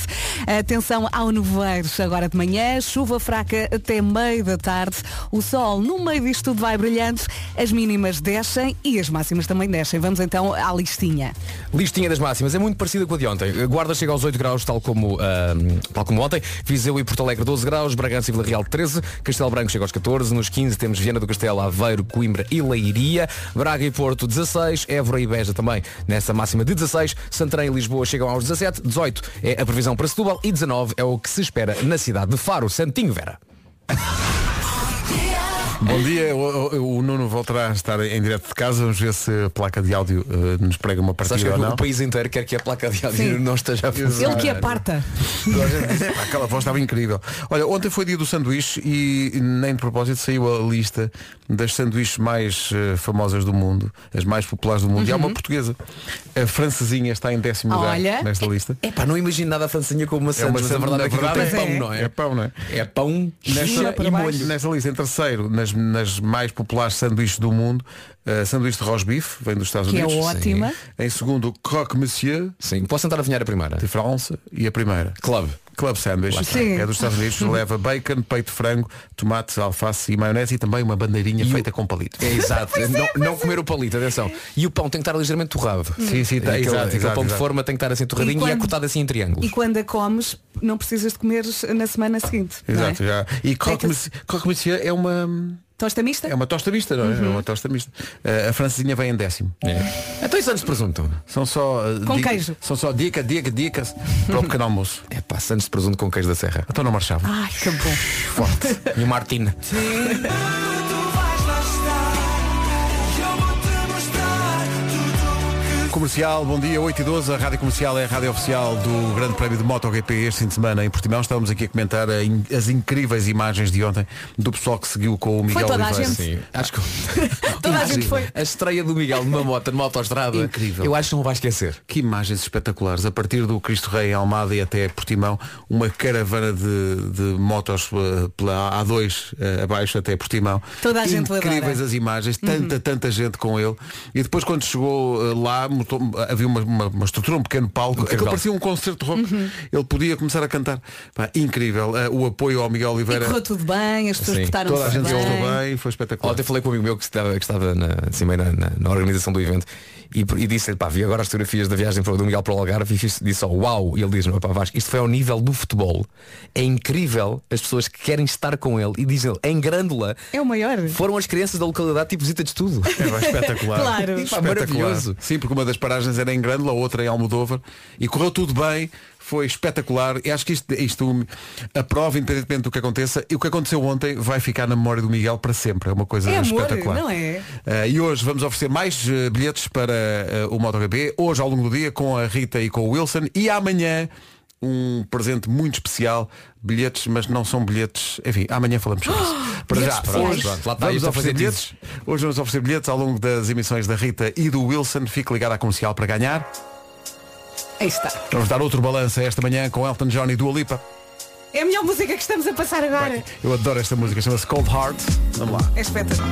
Speaker 4: Atenção ao nevoeiro agora de manhã, chuva fraca até meio da tarde. O sol no meio disto tudo vai brilhando, as mínimas descem e as máximas também descem. Vamos então à listinha.
Speaker 6: Listinha das máximas, é muito parecida com a de ontem. Guarda chega aos 8 graus, tal como, ah, tal como ontem. Viseu e Porto Alegre 12 graus, Bragança e Vila Real 13, Castelo Branco chega aos 14, nos 15 temos Viana do Castelo, Aveiro, Coimbra e Leiria, Braga e Porto 16, Évora e Beja também nessa máxima de 16, Santarém e Lisboa chegam aos 17, 18 é a previsão para Setúbal e 19 é o que se espera na cidade de Faro, Santinho Vera.
Speaker 1: Bom dia, o, o- o Nuno voltará a estar em direto de casa. Vamos ver se a placa de áudio eh, nos prega uma
Speaker 6: Sabes que é
Speaker 1: partida ou não.
Speaker 6: o país inteiro quer que a placa de
Speaker 4: Sim.
Speaker 6: áudio não esteja a funcionar.
Speaker 4: Ele que aparta.
Speaker 1: Toda a gente disse, "Pá, Aquela voz estava incrível. Olha, ontem foi dia do sanduíche e nem de propósito saiu a lista das sanduíches mais eh, famosas do mundo, as mais populares do mundo. E há
Speaker 6: Uhum.
Speaker 1: uma portuguesa. A francesinha está em décimo
Speaker 4: Olha.
Speaker 1: lugar nesta lista.
Speaker 6: É pá, não imagino nada a francinha como uma
Speaker 1: uma
Speaker 6: sandes, mas a
Speaker 1: sandes,
Speaker 6: verdade é que
Speaker 1: na
Speaker 6: aquilo tem
Speaker 1: verdade
Speaker 6: pão,
Speaker 1: é.
Speaker 6: não é?
Speaker 1: É pão, não é?
Speaker 6: É pão, chia e molho.
Speaker 1: Nesta lista, em terceiro, nas, nas mais populares sanduíches do mundo, eh, sanduíche de roast beef, vem dos Estados
Speaker 4: Que é
Speaker 1: Unidos.
Speaker 4: ótima.
Speaker 1: Em segundo, croque monsieur,
Speaker 6: Sim, posso tentar adivinhar a primeira.
Speaker 1: de França. E a primeira,
Speaker 6: Club.
Speaker 1: Club Sandwich.
Speaker 4: está. Sim.
Speaker 1: É dos Estados Unidos. Leva bacon, peito de frango, tomate, alface e maionese e também uma bandeirinha
Speaker 6: E o-
Speaker 1: feita com palito.
Speaker 6: É exato. não, não comer o palito, atenção. E o pão tem que estar ligeiramente torrado.
Speaker 1: Sim, sim, tá,
Speaker 6: aquele,
Speaker 1: exato,
Speaker 6: aquele
Speaker 1: exato,
Speaker 6: pão
Speaker 1: exato.
Speaker 6: de forma tem que estar assim torradinho e,
Speaker 4: E
Speaker 6: é
Speaker 4: quando-
Speaker 6: cortado assim em
Speaker 4: E
Speaker 6: triângulos.
Speaker 4: quando a comes, não precisas de comer na semana seguinte. não é?
Speaker 1: Exato, já. E croque
Speaker 4: É que-
Speaker 1: monsieur- croque monsieur é uma,
Speaker 4: Tosta mista?
Speaker 1: é uma tosta mista, não é?
Speaker 4: Uhum.
Speaker 1: É uma tosta mista. Eh, a francesinha vem em décimo.
Speaker 6: É. Então isso antes de presunto.
Speaker 1: São só. eh,
Speaker 4: Com
Speaker 1: dicas-
Speaker 4: queijo.
Speaker 1: São só dica, dica, dicas para o pequeno almoço.
Speaker 6: É pá, sandes de presunto com queijo da serra.
Speaker 1: Então não marchava.
Speaker 4: Ai, que bom.
Speaker 6: Forte. E o Martina.
Speaker 1: Comercial, bom dia, 8 e 12. A Rádio Comercial é a rádio oficial do Grande Prémio de MotoGP este fim de semana em Portimão. Estávamos aqui a comentar a in- as incríveis imagens de ontem do pessoal que seguiu com o Miguel
Speaker 4: toda a
Speaker 1: Oliveira.
Speaker 4: gente.
Speaker 6: Sim. Acho que
Speaker 4: Toda a gente foi.
Speaker 6: a estreia do Miguel numa moto, numa autoestrada.
Speaker 1: Incrível.
Speaker 6: Eu acho que não vai esquecer.
Speaker 1: Que imagens espetaculares. A partir do Cristo Rei em Almada e até Portimão, uma caravana de, de motos eh, pela A2 eh, abaixo até Portimão.
Speaker 4: Toda a gente né? o adora.
Speaker 1: Incríveis as imagens, tanta,
Speaker 4: Uhum.
Speaker 1: tanta gente com ele. E depois quando chegou eh, lá, montou- havia uma, uma- uma estrutura, um pequeno palco. Aquilo
Speaker 6: palco.
Speaker 1: parecia um concerto de rock.
Speaker 4: Uhum.
Speaker 1: Ele podia começar a cantar. Pá, incrível. Eh, o apoio ao Miguel
Speaker 4: E
Speaker 1: Oliveira.
Speaker 4: correu tudo bem, as pessoas
Speaker 6: Sim.
Speaker 4: portaram
Speaker 1: Toda a
Speaker 4: se
Speaker 1: gente se
Speaker 4: bem.
Speaker 1: portou bem, foi espetacular.
Speaker 6: Ontem falei com um amigo meu que estava, que estava na, assim, meio na, na- na organização do evento e, e disse-lhe, pá, vi agora as fotografias da viagem para- do Miguel para o Algarve e fiz- disse, ó, uau, e ele diz-me, pá, Vasco, isto foi ao nível do futebol. É incrível as pessoas que querem estar com ele e dizem, em Grândola,
Speaker 4: É o maior.
Speaker 6: foram as crianças da localidade tipo visita de estudo.
Speaker 1: É pá, espetacular.
Speaker 4: Claro.
Speaker 1: Pá,
Speaker 6: Espetacular.
Speaker 1: maravilhoso. Sim, porque uma das paragens era em Grândola, a outra em Almodóvar e correu tudo bem, foi espetacular. E acho que isto, isto a prova, independentemente do que aconteça, e o que aconteceu ontem vai ficar na memória do Miguel para sempre. É uma coisa
Speaker 4: É amor,
Speaker 1: espetacular.
Speaker 4: não é?
Speaker 1: Eh, e hoje vamos oferecer mais eh, bilhetes para eh, o MotoGP, hoje ao longo do dia, com a Rita e com o Wilson, e amanhã um presente muito especial, bilhetes, mas não são bilhetes, enfim, amanhã falamos sobre isso. Para
Speaker 4: Bilhetes
Speaker 1: já,
Speaker 4: especiais.
Speaker 1: hoje,
Speaker 6: Pronto, lá está,
Speaker 1: vamos
Speaker 6: isto é a
Speaker 1: oferecer
Speaker 6: fazer
Speaker 1: bilhetes, hoje vamos oferecer bilhetes ao longo das emissões da Rita e do Wilson, fique ligado à comercial para ganhar.
Speaker 4: Aí está.
Speaker 1: Vamos dar outro balanço a esta manhã com Elton John e Dua Lipa.
Speaker 4: É a melhor música que estamos a passar agora.
Speaker 1: Eu adoro esta música, chama-se Cold Heart. Vamos lá.
Speaker 4: É espetacular.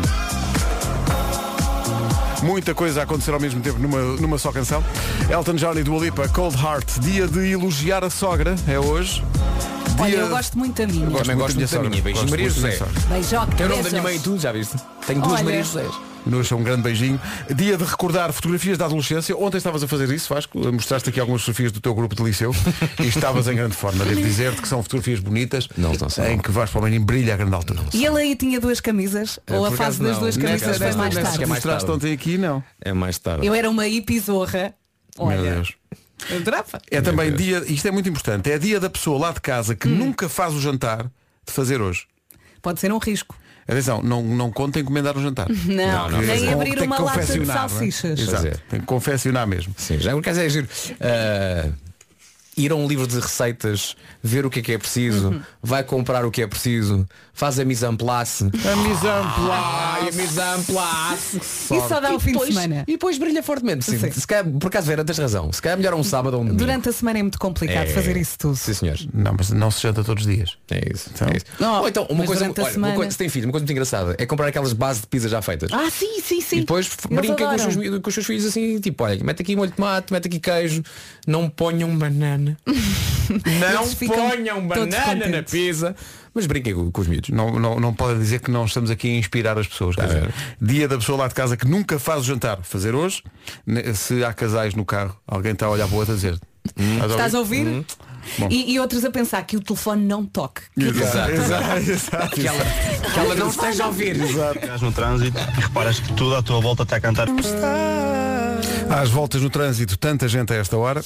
Speaker 1: Muita coisa a acontecer ao mesmo tempo numa, numa só canção. Elton John e Dua Lipa, Cold Heart, dia de elogiar a sogra, é hoje. Dia...
Speaker 4: Olha, eu gosto muito da minha.
Speaker 6: Também gosto É muito da minha. Beijinho,
Speaker 1: Gosto
Speaker 6: Maria
Speaker 1: muito da
Speaker 6: José.
Speaker 1: minha sogra.
Speaker 4: Beijoca.
Speaker 6: Eu não
Speaker 4: beijos.
Speaker 6: tenho mãe e tu, já viste? Tenho duas
Speaker 4: Olha.
Speaker 6: Maria José.
Speaker 1: Nuxa, um grande beijinho. Dia de recordar fotografias da adolescência. Ontem estavas a fazer isso, Vasco. Mostraste aqui algumas fotografias do teu grupo de liceu e estavas em grande forma. Devo dizer-te que são fotografias bonitas
Speaker 6: Não, não são.
Speaker 1: em que Vasco Palmeirinho brilha a grande altura.
Speaker 4: E ele aí tinha duas camisas? ou a
Speaker 6: É, por
Speaker 4: fase
Speaker 6: acaso
Speaker 4: das
Speaker 6: não.
Speaker 4: duas
Speaker 6: Nessa-
Speaker 4: camisas foi
Speaker 6: nessa-
Speaker 4: mais
Speaker 6: nessa que
Speaker 4: tarde?
Speaker 6: é mais
Speaker 1: Mostraste
Speaker 6: tarde.
Speaker 1: ontem aqui, não.
Speaker 6: É mais tarde.
Speaker 4: Eu era uma hipizorra. Olha.
Speaker 1: Meu Deus.
Speaker 4: Adorava.
Speaker 1: É também dia, isto é muito importante, é dia da pessoa lá de casa que
Speaker 4: Hum.
Speaker 1: nunca faz o jantar de fazer hoje.
Speaker 4: Pode ser um risco.
Speaker 1: Atenção, não, não conta encomendar o jantar.
Speaker 4: Não,
Speaker 6: Não, não,
Speaker 4: nem
Speaker 6: não.
Speaker 4: abrir
Speaker 1: Tem que
Speaker 4: uma lata de
Speaker 1: confeccionar, não é?
Speaker 4: salsichas.
Speaker 1: Exato,
Speaker 6: Pois é.
Speaker 1: tem que confeccionar mesmo.
Speaker 6: Sim, já o caso é giro. Ah, ir a um livro de receitas, ver o que é que é preciso,
Speaker 4: Uhum.
Speaker 6: vai comprar o que é preciso, faz a mise en place.
Speaker 1: A mise en
Speaker 6: Ah, e a mise en place.
Speaker 4: Isso só dá o fim de
Speaker 6: depois-
Speaker 4: semana.
Speaker 6: E depois brilha fortemente. Sim,
Speaker 4: Sim.
Speaker 6: Se calhar, por acaso, Vera, tens razão. Se calhar melhor um sábado ou um domingo.
Speaker 4: Durante a semana é muito complicado
Speaker 6: É.
Speaker 4: fazer isso tudo.
Speaker 6: Sim, senhores.
Speaker 1: Não, mas não se janta todos os dias.
Speaker 6: É isso.
Speaker 1: Então.
Speaker 6: é isso.
Speaker 4: Não,
Speaker 6: Ou então, uma
Speaker 4: mas
Speaker 6: coisa,
Speaker 4: durante a
Speaker 6: olha, uma
Speaker 4: semana-
Speaker 6: coisa, se tem filho, uma coisa muito engraçada é comprar aquelas bases de pizza já feitas.
Speaker 4: Ah, sim, sim, sim.
Speaker 6: E depois f-
Speaker 4: Eles
Speaker 6: brinca com os,
Speaker 4: adoram.
Speaker 6: seus, miúdos- com os seus filhos assim, tipo, olha, mete aqui molho de tomate, mete aqui queijo, não ponham banana. não
Speaker 4: Eles ficam
Speaker 6: ponham
Speaker 4: todos
Speaker 6: banana na
Speaker 4: contentes.
Speaker 6: pizza. Mas brinquem com, com os miúdos.
Speaker 1: Não, não, não pode dizer que não estamos aqui a inspirar as pessoas. Quer dizer, dia da pessoa lá de casa que nunca faz o jantar. Fazer hoje, ne- se há casais no carro, alguém está a olhar para o outro a dizer. "Estás a
Speaker 4: Hum. Estás a
Speaker 1: ouvir?"
Speaker 4: ouvir?
Speaker 6: Uhum.
Speaker 4: E, e outros a pensar que o telefone não toque. Que
Speaker 1: Exato, exato, exato.
Speaker 6: Que ela, que ela não esteja a ouvir.
Speaker 9: Estás no trânsito e reparas que tudo à tua volta está a cantar.
Speaker 1: Às voltas no trânsito, tanta gente a esta hora.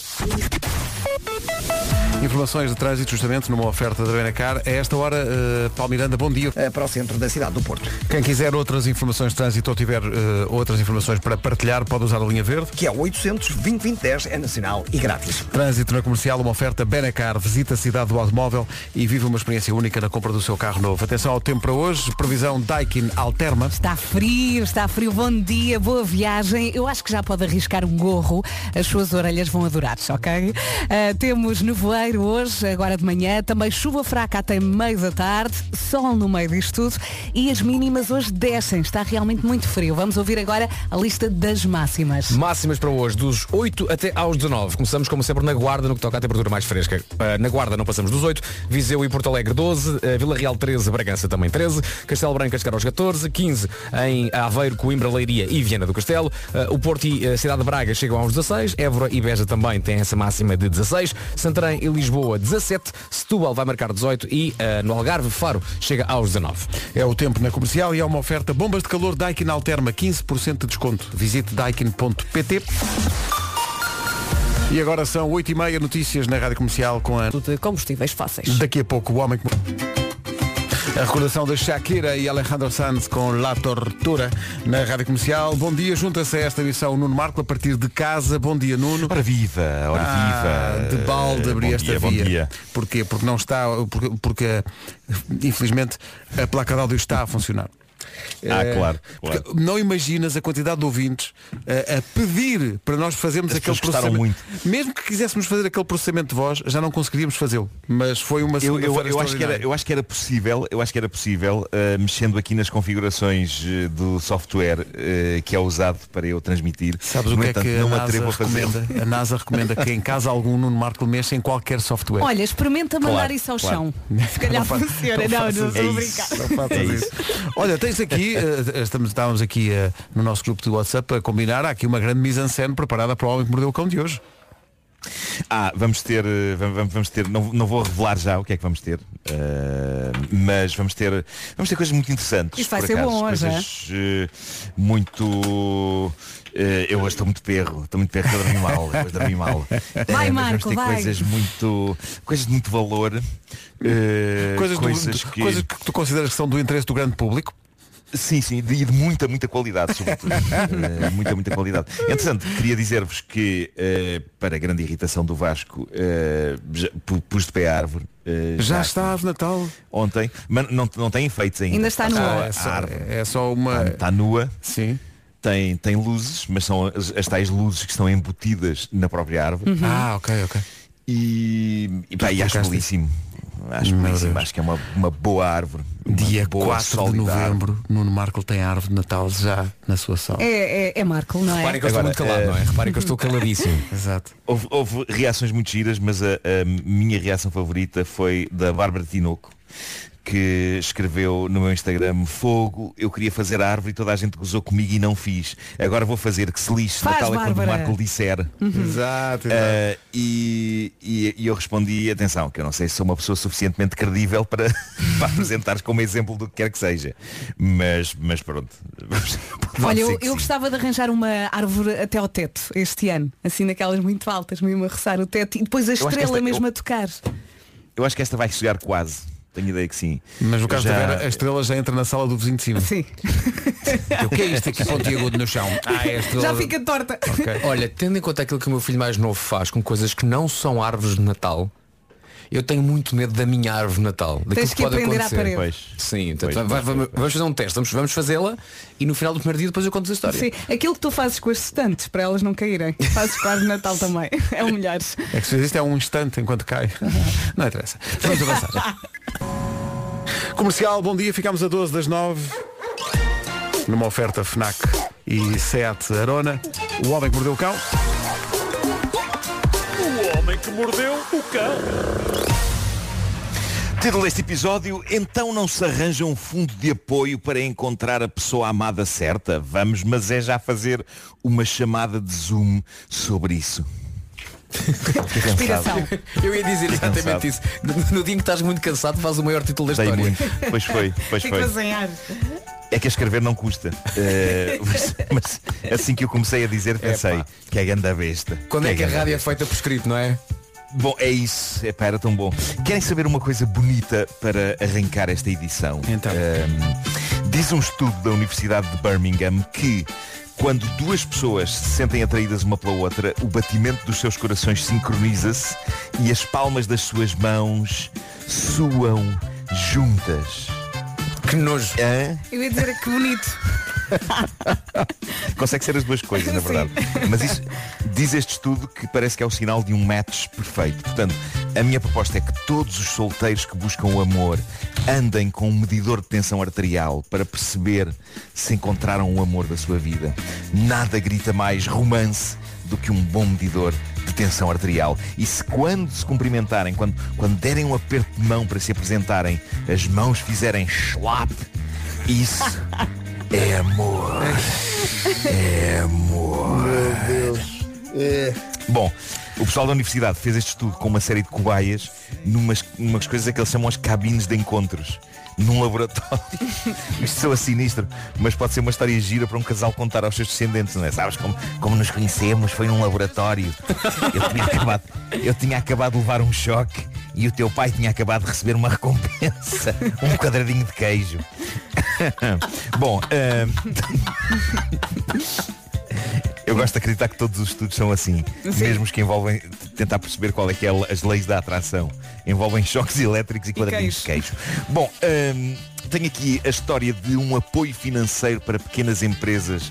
Speaker 1: Informações de trânsito justamente numa oferta da Benacar. A esta hora, eh, Paulo Miranda, bom dia.
Speaker 3: eh, para o centro da cidade do Porto,
Speaker 1: Quem quiser outras informações de trânsito ou tiver eh, outras informações para partilhar, pode usar a linha verde.
Speaker 3: que é 800 2010 é nacional e grátis.
Speaker 1: Trânsito na comercial, uma oferta Benacar. Visita a cidade do automóvel e vive uma experiência única na compra do seu carro novo. Atenção ao tempo para hoje. Previsão Daikin Alterma.
Speaker 4: Está frio, está frio. Bom dia, boa viagem. Eu acho que já pode arriscar um gorro. As suas orelhas vão adorar, ok? Ah, temos nevoeiro hoje, agora de manhã. Também chuva fraca até meio da tarde. Sol no meio disto tudo. E as mínimas hoje descem. Está realmente muito frio. Vamos ouvir agora a lista das máximas.
Speaker 6: Máximas para hoje, dos 8 até aos 19. Começamos, como sempre, na Guarda, no que toca à temperatura mais fresca. Ah, na Guarda não passamos dos 8, Viseu e Porto Alegre 12, ah, Vila Real 13, Bragança também 13, Castelo Branco chegar aos 14, 15 em Aveiro, Coimbra, Leiria e Viana do Castelo, Ah, o Porto e a Cidade de Braga chegam aos 16, Évora e Beja também têm essa máxima de 16, Santarém e Lisboa 17, Setúbal vai marcar 18 e ah, no Algarve, Faro chega aos 19.
Speaker 1: É o tempo na comercial e é uma oferta bombas de calor Daikin Alterma, 15% de desconto. Visite daikin.pt. E agora são 8h30 notícias na Rádio Comercial com a...
Speaker 4: De combustíveis fáceis.
Speaker 1: Daqui a pouco o homem que... A recordação da Shakira e Alejandro Sanz com La Tortura na Rádio Comercial. Bom dia, junta-se a esta emissão o Nuno Marco a partir de casa. Bom dia, Nuno.
Speaker 9: Ora viva, ora
Speaker 1: Ah,
Speaker 9: viva.
Speaker 1: de balde abri
Speaker 9: Bom
Speaker 1: esta
Speaker 9: dia, bom
Speaker 1: via.
Speaker 9: dia.
Speaker 1: Porquê? Porque não está, porque, porque, infelizmente a placa de áudio está a funcionar.
Speaker 9: Ah,
Speaker 1: Eh,
Speaker 9: claro,
Speaker 1: porque
Speaker 9: claro.
Speaker 1: Não imaginas a quantidade de ouvintes eh, a pedir para nós fazermos
Speaker 9: As
Speaker 1: aquele
Speaker 9: pessoas gostaram
Speaker 1: processamento. Mesmo que quiséssemos fazer aquele processamento de voz, já não conseguiríamos fazê-lo. Mas foi uma
Speaker 9: Eu, eu,
Speaker 1: segunda-feira
Speaker 9: eu acho que era,
Speaker 1: extraordinária.
Speaker 9: eu acho que era possível, eu acho que era possível, eh, mexendo aqui nas configurações eh, do software eh, que é usado para eu transmitir.
Speaker 1: Sabes o
Speaker 9: No
Speaker 1: que
Speaker 9: entanto,
Speaker 1: é que a
Speaker 9: não me
Speaker 1: NASA
Speaker 9: atrevo a fazer.
Speaker 1: recomenda? A NASA recomenda que em casa algum Nuno Marco mexa em qualquer software.
Speaker 4: Olha, experimenta mandar
Speaker 9: Claro,
Speaker 4: isso ao
Speaker 9: claro.
Speaker 4: chão. Se calhar
Speaker 1: Não fa-
Speaker 4: funciona.
Speaker 1: não
Speaker 4: Não, não,
Speaker 1: faças
Speaker 4: estou a
Speaker 9: isso.
Speaker 4: brincar.
Speaker 1: Não faças
Speaker 9: É
Speaker 1: isso. Olha, tens aqui, eh, estamos, estávamos aqui eh, no nosso grupo de WhatsApp a combinar, há aqui uma grande mise en scène preparada para o homem que mordeu o cão de hoje.
Speaker 9: Ah, vamos ter, eh, vamos, vamos- vamos ter, não, não vou revelar já o que é que vamos ter, eh, mas vamos ter, vamos ter coisas muito interessantes.
Speaker 4: Isso vai
Speaker 9: por
Speaker 4: ser
Speaker 9: acaso,
Speaker 4: bom hoje, é?
Speaker 9: coisas, eh, muito. eh, eu hoje estou muito perro, estou muito perro, estou a dormir mal, eu hoje dormi mal. Eh, mas
Speaker 4: Marco,
Speaker 9: vamos ter
Speaker 4: vai.
Speaker 9: coisas muito. Coisas de muito valor. eh,
Speaker 1: Coisas, do-
Speaker 9: coisas
Speaker 1: do-
Speaker 9: que...
Speaker 1: coisas que tu consideras que são do interesse do grande público.
Speaker 9: Sim, sim, de, de muita, muita qualidade, sobretudo. Eh, muita, muita qualidade. Entretanto, queria dizer-vos que, eh, para grande irritação do Vasco, eh, já- pu- pus de pé a árvore. eh,
Speaker 1: Já está a árvore de Natal.
Speaker 9: Ontem, mas não, não tem efeitos ainda.
Speaker 4: Ainda está nua.
Speaker 9: só
Speaker 4: Ah,
Speaker 9: a
Speaker 1: é, só,
Speaker 9: árvore.
Speaker 1: é só uma.
Speaker 9: Está, está nua,
Speaker 1: Sim.
Speaker 9: tem, tem luzes, mas são as, as tais luzes que estão embutidas na própria árvore.
Speaker 1: Ah, ok, ok.
Speaker 9: E, e, pá, e acho
Speaker 1: Explicaste.
Speaker 9: belíssimo. Acho
Speaker 1: Meu
Speaker 9: belíssimo,
Speaker 1: Deus.
Speaker 9: acho que é uma, uma boa árvore. uma
Speaker 1: Dia
Speaker 9: boa,
Speaker 1: 4 de
Speaker 9: sólida árvore.
Speaker 1: novembro, Nuno Marco tem a árvore de Natal já na sua sala.
Speaker 4: É, é, é Marco, não é?
Speaker 6: Reparem que eu estou
Speaker 9: Agora,
Speaker 6: muito calado,
Speaker 9: eh,
Speaker 6: não é? Reparem que eu estou caladíssimo.
Speaker 1: Exato.
Speaker 9: Houve, houve reações muito giras, mas a, a minha reação favorita foi da Bárbara Tinoco, que
Speaker 6: que escreveu no meu Instagram Fogo, eu queria fazer a árvore e toda a gente gozou comigo e não fiz. Agora vou fazer que se lixe,
Speaker 4: Faz,
Speaker 6: Natal é quando o
Speaker 4: Bárbara.
Speaker 6: Marco disser.
Speaker 1: Exato, exato.
Speaker 9: Eh,
Speaker 6: Uh, e, e- e eu respondi, atenção, que eu não sei se sou uma pessoa suficientemente credível para, para apresentares como exemplo do que quer que seja. Mas, mas pronto. Pode
Speaker 4: Olha,
Speaker 6: ser
Speaker 4: eu,
Speaker 6: que
Speaker 4: eu
Speaker 6: sim.
Speaker 4: gostava de arranjar uma árvore até ao teto este ano, assim daquelas muito altas, mesmo a roçar o teto e depois a
Speaker 6: acho que
Speaker 4: estrela
Speaker 6: esta-
Speaker 4: mesmo
Speaker 6: eu-
Speaker 4: a tocar.
Speaker 6: Eu acho que esta vai chegar quase. Tenho ideia que sim.
Speaker 1: Mas no caso
Speaker 6: Já-
Speaker 1: da Vera, a estrela já entra na sala do vizinho de cima.
Speaker 4: Sim,
Speaker 1: O que é isto aqui pontiagudo no chão? Ah, é a estrela.
Speaker 4: já
Speaker 1: da-
Speaker 4: fica torta.
Speaker 1: Ok.
Speaker 10: Olha, tendo em conta aquilo que o meu filho mais novo faz com coisas que não são árvores de Natal, eu tenho muito medo da minha árvore de Natal. daquilo
Speaker 4: Tens que
Speaker 10: pode
Speaker 4: aprender à
Speaker 10: acontecer.
Speaker 4: parede.
Speaker 6: Pois.
Speaker 10: Sim, portanto,
Speaker 6: Pois,
Speaker 10: vai-
Speaker 6: pois,
Speaker 10: vai- vamos fazer um teste, vamos, vamos fazê-la e no final do primeiro dia depois eu conto a história.
Speaker 4: Sim, aquilo que tu fazes com as estantes para elas não caírem, fazes com a árvore de Natal também. É o melhor.
Speaker 1: É que se fez isto é um instante enquanto cai. Não interessa. Vamos avançar. Comercial, bom dia. Ficamos a 12 das 9. Numa oferta FNAC e SEAT Arona. O Homem que Mordeu o Cão.
Speaker 6: Título deste episódio, então não se arranja um fundo de apoio para encontrar a pessoa amada certa? Vamos, mas é já fazer uma chamada de Zoom sobre isso.
Speaker 4: Inspiração.
Speaker 10: Eu ia dizer exatamente
Speaker 6: Cansado.
Speaker 10: isso. No, no dia em que estás muito cansado, faz o maior título da
Speaker 6: Dei
Speaker 10: história.
Speaker 6: muito. Pois foi, pois foi.
Speaker 4: Ficou sem ar.
Speaker 6: É que a escrever não custa. Eh, mas, mas assim que eu comecei a dizer, pensei, que é ganda besta.
Speaker 10: Quando é que a
Speaker 6: ganda
Speaker 10: rádio é feita por escrito, não é?
Speaker 6: Bom, é isso. Epá, era tão bom. Querem saber uma coisa bonita para arrancar esta edição?
Speaker 1: Então.
Speaker 6: Ahm, diz um estudo da Universidade de Birmingham que quando duas pessoas se sentem atraídas uma pela outra, o batimento dos seus corações sincroniza-se e as palmas das suas mãos suam juntas.
Speaker 10: Que nojo.
Speaker 6: Hã?
Speaker 4: Eu ia dizer que bonito.
Speaker 6: Consegue ser as duas coisas, na é verdade. Mas isso diz este estudo que parece que é o sinal de um match perfeito. Portanto, a minha proposta é que todos os solteiros que buscam o amor andem com um medidor de tensão arterial para perceber se encontraram o amor da sua vida. Nada grita mais romance do que um bom medidor de tensão arterial. E se quando se cumprimentarem, quando, quando derem um aperto de mão para se apresentarem, as mãos fizerem schlap, isso é amor. É Bom, o pessoal da universidade fez este estudo com uma série de cobaias numas, numas coisas é que eles chamam as cabines de encontros. Num laboratório. Isto soa sinistro, mas pode ser uma história gira para um casal contar aos seus descendentes, não é? Sabes como, como nos conhecemos? Foi num laboratório. Eu tinha, acabado, eu tinha acabado de levar um choque e o teu pai tinha acabado de receber uma recompensa. Um quadradinho de queijo. Bom, ahm, eu gosto de acreditar que todos os estudos são assim, mesmo os que envolvem tentar perceber qual é que é a- as leis da atração. Envolvem choques elétricos e quadradinhos de queijo. Bom, hum, tenho aqui a história de um apoio financeiro para pequenas empresas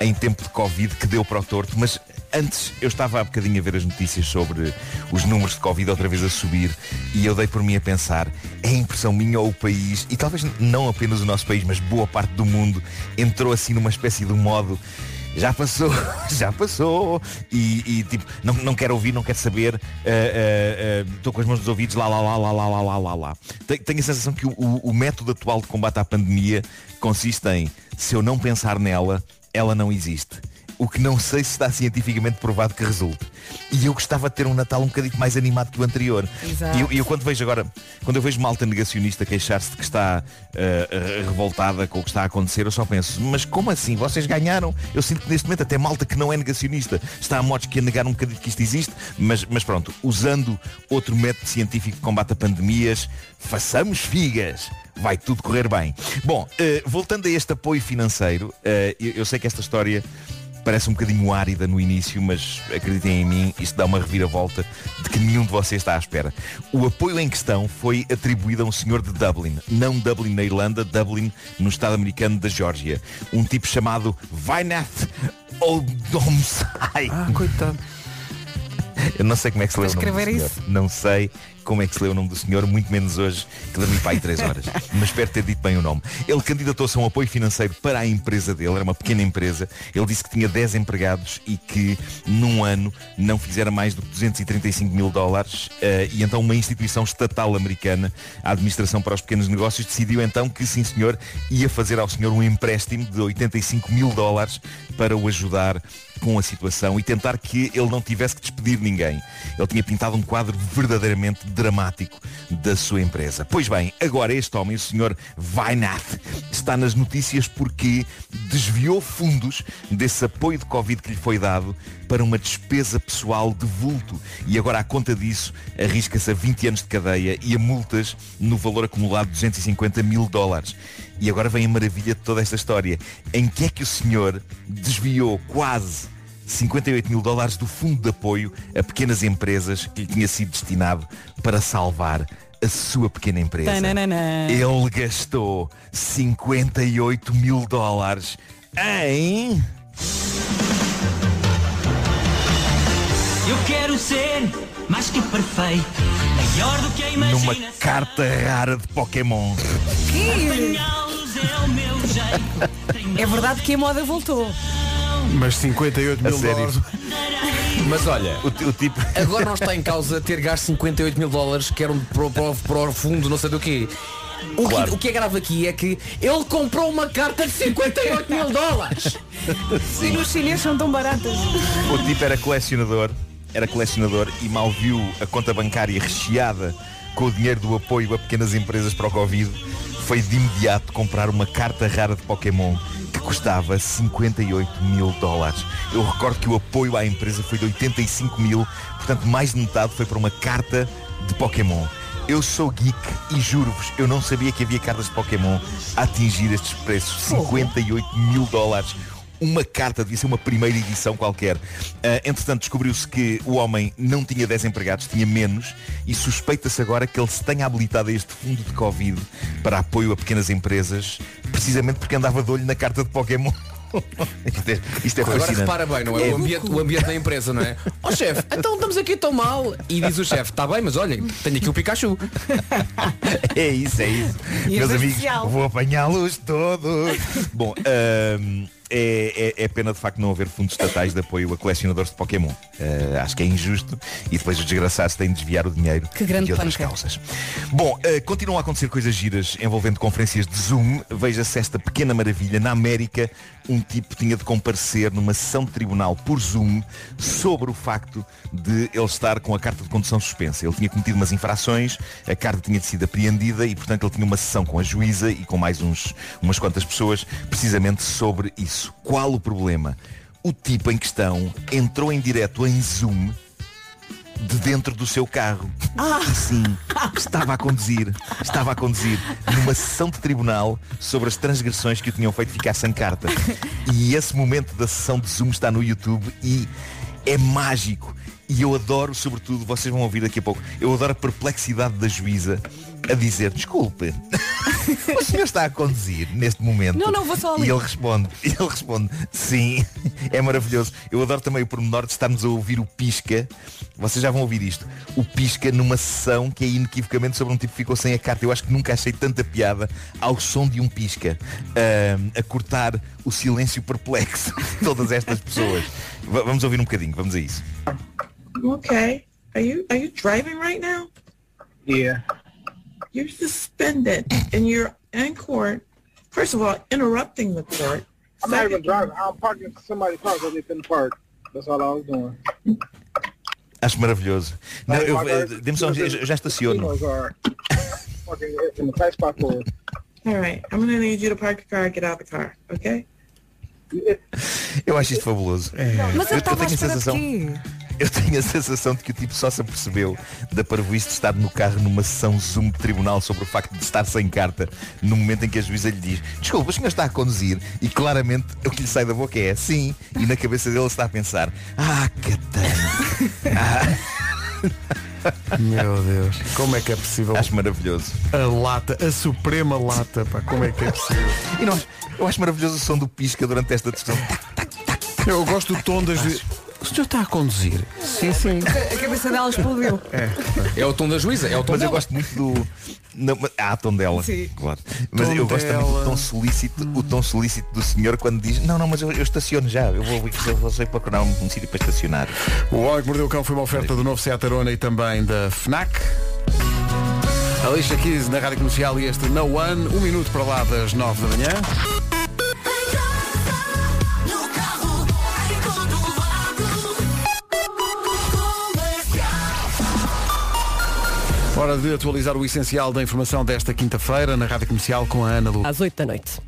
Speaker 6: em tempo de Covid que deu para o torto, mas antes eu estava há bocadinho a ver as notícias sobre os números de Covid outra vez a subir e eu dei por mim a pensar, é impressão minha ou o país, e talvez não apenas o nosso país, mas boa parte do mundo entrou assim numa espécie de modo já passou, já passou. E, e, tipo, não, não quero ouvir, não quero saber. Eh, Estou com as mãos dos ouvidos, lá, lá, lá, lá, lá, lá, lá, lá, lá. Te- Tenho a sensação que o, o- o método atual de combate à pandemia consiste em se eu não pensar nela, ela não existe. O que não sei se está cientificamente provado que resulte. E eu gostava de ter um Natal um bocadinho mais animado que o anterior.
Speaker 4: Exato.
Speaker 6: E eu- e eu quando vejo agora, quando eu vejo malta negacionista queixar-se de que está eh, re- revoltada com o que está a acontecer, eu só penso, mas como assim? Vocês ganharam? Eu sinto que neste momento até malta que não é negacionista está a modos que a negar um bocadinho que isto existe, mas, mas pronto, usando outro método científico de combate a pandemias, façamos figas. Vai tudo correr bem. Bom, eh, voltando a este apoio financeiro, eh, eu, eu sei que esta história parece um bocadinho árida no início, mas acreditem em mim, isto dá uma reviravolta de que nenhum de vocês está à espera. O apoio em questão foi atribuído a um senhor de Dublin, não Dublin na Irlanda, Dublin no estado americano da Geórgia. Um tipo chamado Vainath Oldomsai.
Speaker 1: Ah, coitado.
Speaker 6: Eu não sei como é que se leu o nome do
Speaker 4: escrever
Speaker 6: senhor. Não sei como é que se lê o nome do senhor, muito menos hoje, que dormi para aí três horas. Mas espero ter dito bem o nome. Ele candidatou-se a um apoio financeiro para a empresa dele, era uma pequena empresa. Ele disse que tinha 10 empregados e que num ano não fizera mais do que 235 mil dólares. eh, e então uma instituição estatal americana, a Administração para os Pequenos Negócios, decidiu então que, sim senhor, ia fazer ao senhor um empréstimo de 85 mil dólares para o ajudar com a situação e tentar que ele não tivesse que despedir ninguém. Ele tinha pintado um quadro verdadeiramente dramático da sua empresa. Pois bem, agora este homem, o senhor Vainath, está nas notícias porque desviou fundos desse apoio de Covid que lhe foi dado para uma despesa pessoal de vulto. E agora, à conta disso, arrisca-se a 20 anos de cadeia e a multas no valor acumulado de 250 mil dólares. E agora vem a maravilha de toda esta história. Em que é que o senhor desviou quase 58 mil dólares do fundo de apoio a pequenas empresas que lhe tinha sido destinado para salvar a sua pequena empresa.
Speaker 4: Tananana.
Speaker 6: Ele gastou 58 mil dólares em...
Speaker 9: Eu quero ser mais que perfeito, maior do que a
Speaker 6: numa
Speaker 9: imaginação.
Speaker 6: carta rara de Pokémon.
Speaker 9: Apanhá-los é o meu jeito. Tenho
Speaker 4: É verdade que a moda voltou.
Speaker 1: Mas 58 mil
Speaker 6: A sério?
Speaker 1: dólares.
Speaker 11: Mas olha,
Speaker 6: O, ti- o tipo...
Speaker 11: agora não está em causa ter gasto 58 mil dólares que eram para, o- para, o- para o fundo, não sei do quê. O, que,
Speaker 6: Claro.
Speaker 11: o que é grave aqui é que ele comprou uma carta de 58 mil dólares.
Speaker 4: E nos chineses são tão baratas.
Speaker 6: O tipo era colecionador, era colecionador e mal viu a conta bancária recheada com o dinheiro do apoio a pequenas empresas para o Covid, foi de imediato comprar uma carta rara de Pokémon que custava 58 mil dólares. Eu recordo que o apoio à empresa foi de 85 mil, portanto mais de metade foi para uma carta de Pokémon. Eu sou geek e juro-vos, eu não sabia que havia cartas de Pokémon a atingir estes preços. 58 mil dólares uma carta, devia ser uma primeira edição qualquer. Ah, entretanto, descobriu-se que o homem não tinha 10 empregados, tinha menos, e suspeita-se agora que ele se tenha habilitado a este fundo de Covid para apoio a pequenas empresas, precisamente porque andava de olho na carta de Pokémon. isto é, isto é
Speaker 11: Agora
Speaker 6: fascinante.
Speaker 11: repara bem, não é? O ambiente, o ambiente da empresa, não é? Ó chefe, então estamos aqui tão mal. E diz o chefe, está bem, mas olha, tenho aqui o Pikachu.
Speaker 6: É isso, é isso.
Speaker 4: E
Speaker 6: Meus
Speaker 4: é
Speaker 6: amigos,
Speaker 4: especial.
Speaker 6: vou apanhá-los todos. Bom, ahm, é, é- é pena de facto não haver fundos estatais de apoio a colecionadores de Pokémon. Ah, acho que é injusto e depois os desgraçados têm de desviar o dinheiro
Speaker 4: Que grande
Speaker 6: de outras
Speaker 4: panca.
Speaker 6: causas. Bom, ah, continuam a acontecer coisas giras envolvendo conferências de Zoom. Veja-se esta pequena maravilha. Na América, um tipo tinha de comparecer numa sessão de tribunal por Zoom sobre o facto de ele estar com a carta de condução suspensa. Ele tinha cometido umas infrações, a carta tinha sido apreendida e, portanto, ele tinha uma sessão com a juíza e com mais uns, umas quantas pessoas precisamente sobre isso. Qual o problema? O tipo em questão entrou em direto em Zoom de dentro do seu carro. E Sim, estava a conduzir, estava a conduzir numa sessão de tribunal sobre as transgressões que o tinham feito ficar sem carta. E esse momento da sessão de Zoom está no YouTube e é mágico. E eu adoro, sobretudo, vocês vão ouvir daqui a pouco, eu adoro a perplexidade da juíza a dizer, desculpe, o senhor está a conduzir neste momento.
Speaker 4: Não, não, vou só ali.
Speaker 6: E ele responde, ele responde, sim, é maravilhoso. Eu adoro também o pormenor de estarmos a ouvir o pisca. Vocês já vão ouvir isto. O pisca numa sessão que é inequivocamente sobre um tipo que ficou sem a carta. Eu acho que nunca achei tanta piada ao som de um pisca. ahm, a cortar o silêncio perplexo de todas estas pessoas. Va- vamos ouvir um bocadinho, vamos a isso.
Speaker 9: Okay. Are you are you driving right now?
Speaker 3: Yeah.
Speaker 9: You're suspended and you're in court. First of all, interrupting the court.
Speaker 3: I'm not even driving. I'm parking somebody's car because they couldn't park. That's all I was doing.
Speaker 6: Acho maravilhoso. Não, eu, eh, dê-me só, eu já estaciono.
Speaker 3: Parking in the tight spot for us.
Speaker 9: All right. I'm gonna need you to park your car, get out of the car, okay?
Speaker 6: Eu acho isto fabuloso.
Speaker 4: Mas eu
Speaker 6: Eu- eu
Speaker 4: estava à
Speaker 6: tenho a
Speaker 4: espera de
Speaker 6: sensação-
Speaker 4: quê?
Speaker 6: Eu tenho a sensação de que o tipo só se apercebeu da parvoíce de estar no carro numa sessão Zoom de tribunal sobre o facto de estar sem carta no momento em que a juíza lhe diz desculpa, o senhor está a conduzir e claramente o que lhe sai da boca é sim e na cabeça dele está a pensar ah, catana.
Speaker 1: Meu Deus. Como é que é possível?
Speaker 6: Acho maravilhoso.
Speaker 1: A lata, a suprema lata, pá, como é que é possível?
Speaker 6: E não, eu acho maravilhoso o som do pisca durante esta discussão.
Speaker 1: Eu gosto do tom das. O senhor está a conduzir? Sim, sim.
Speaker 4: A cabeça dela explodiu.
Speaker 6: É o tom da juíza, é o tom
Speaker 9: Mas eu
Speaker 6: dela.
Speaker 9: gosto muito do. Não, mas- ah, tom dela.
Speaker 4: Sim.
Speaker 9: Claro. Mas eu gosto também do tom solícito, o tom solícito do senhor quando diz, não, não, mas eu, eu estaciono já, eu vou, eu vou sair procurar um, um sítio para estacionar.
Speaker 1: O Homem que Mordeu o Cão foi uma oferta do novo Seat Arona e também da FNAC. Alicia Keys na Rádio Comercial e este No One, um minuto para lá das 9 da manhã. Hora de atualizar o essencial da informação desta quinta-feira na Rádio Comercial com a Ana Lu.
Speaker 12: Às 8 da noite.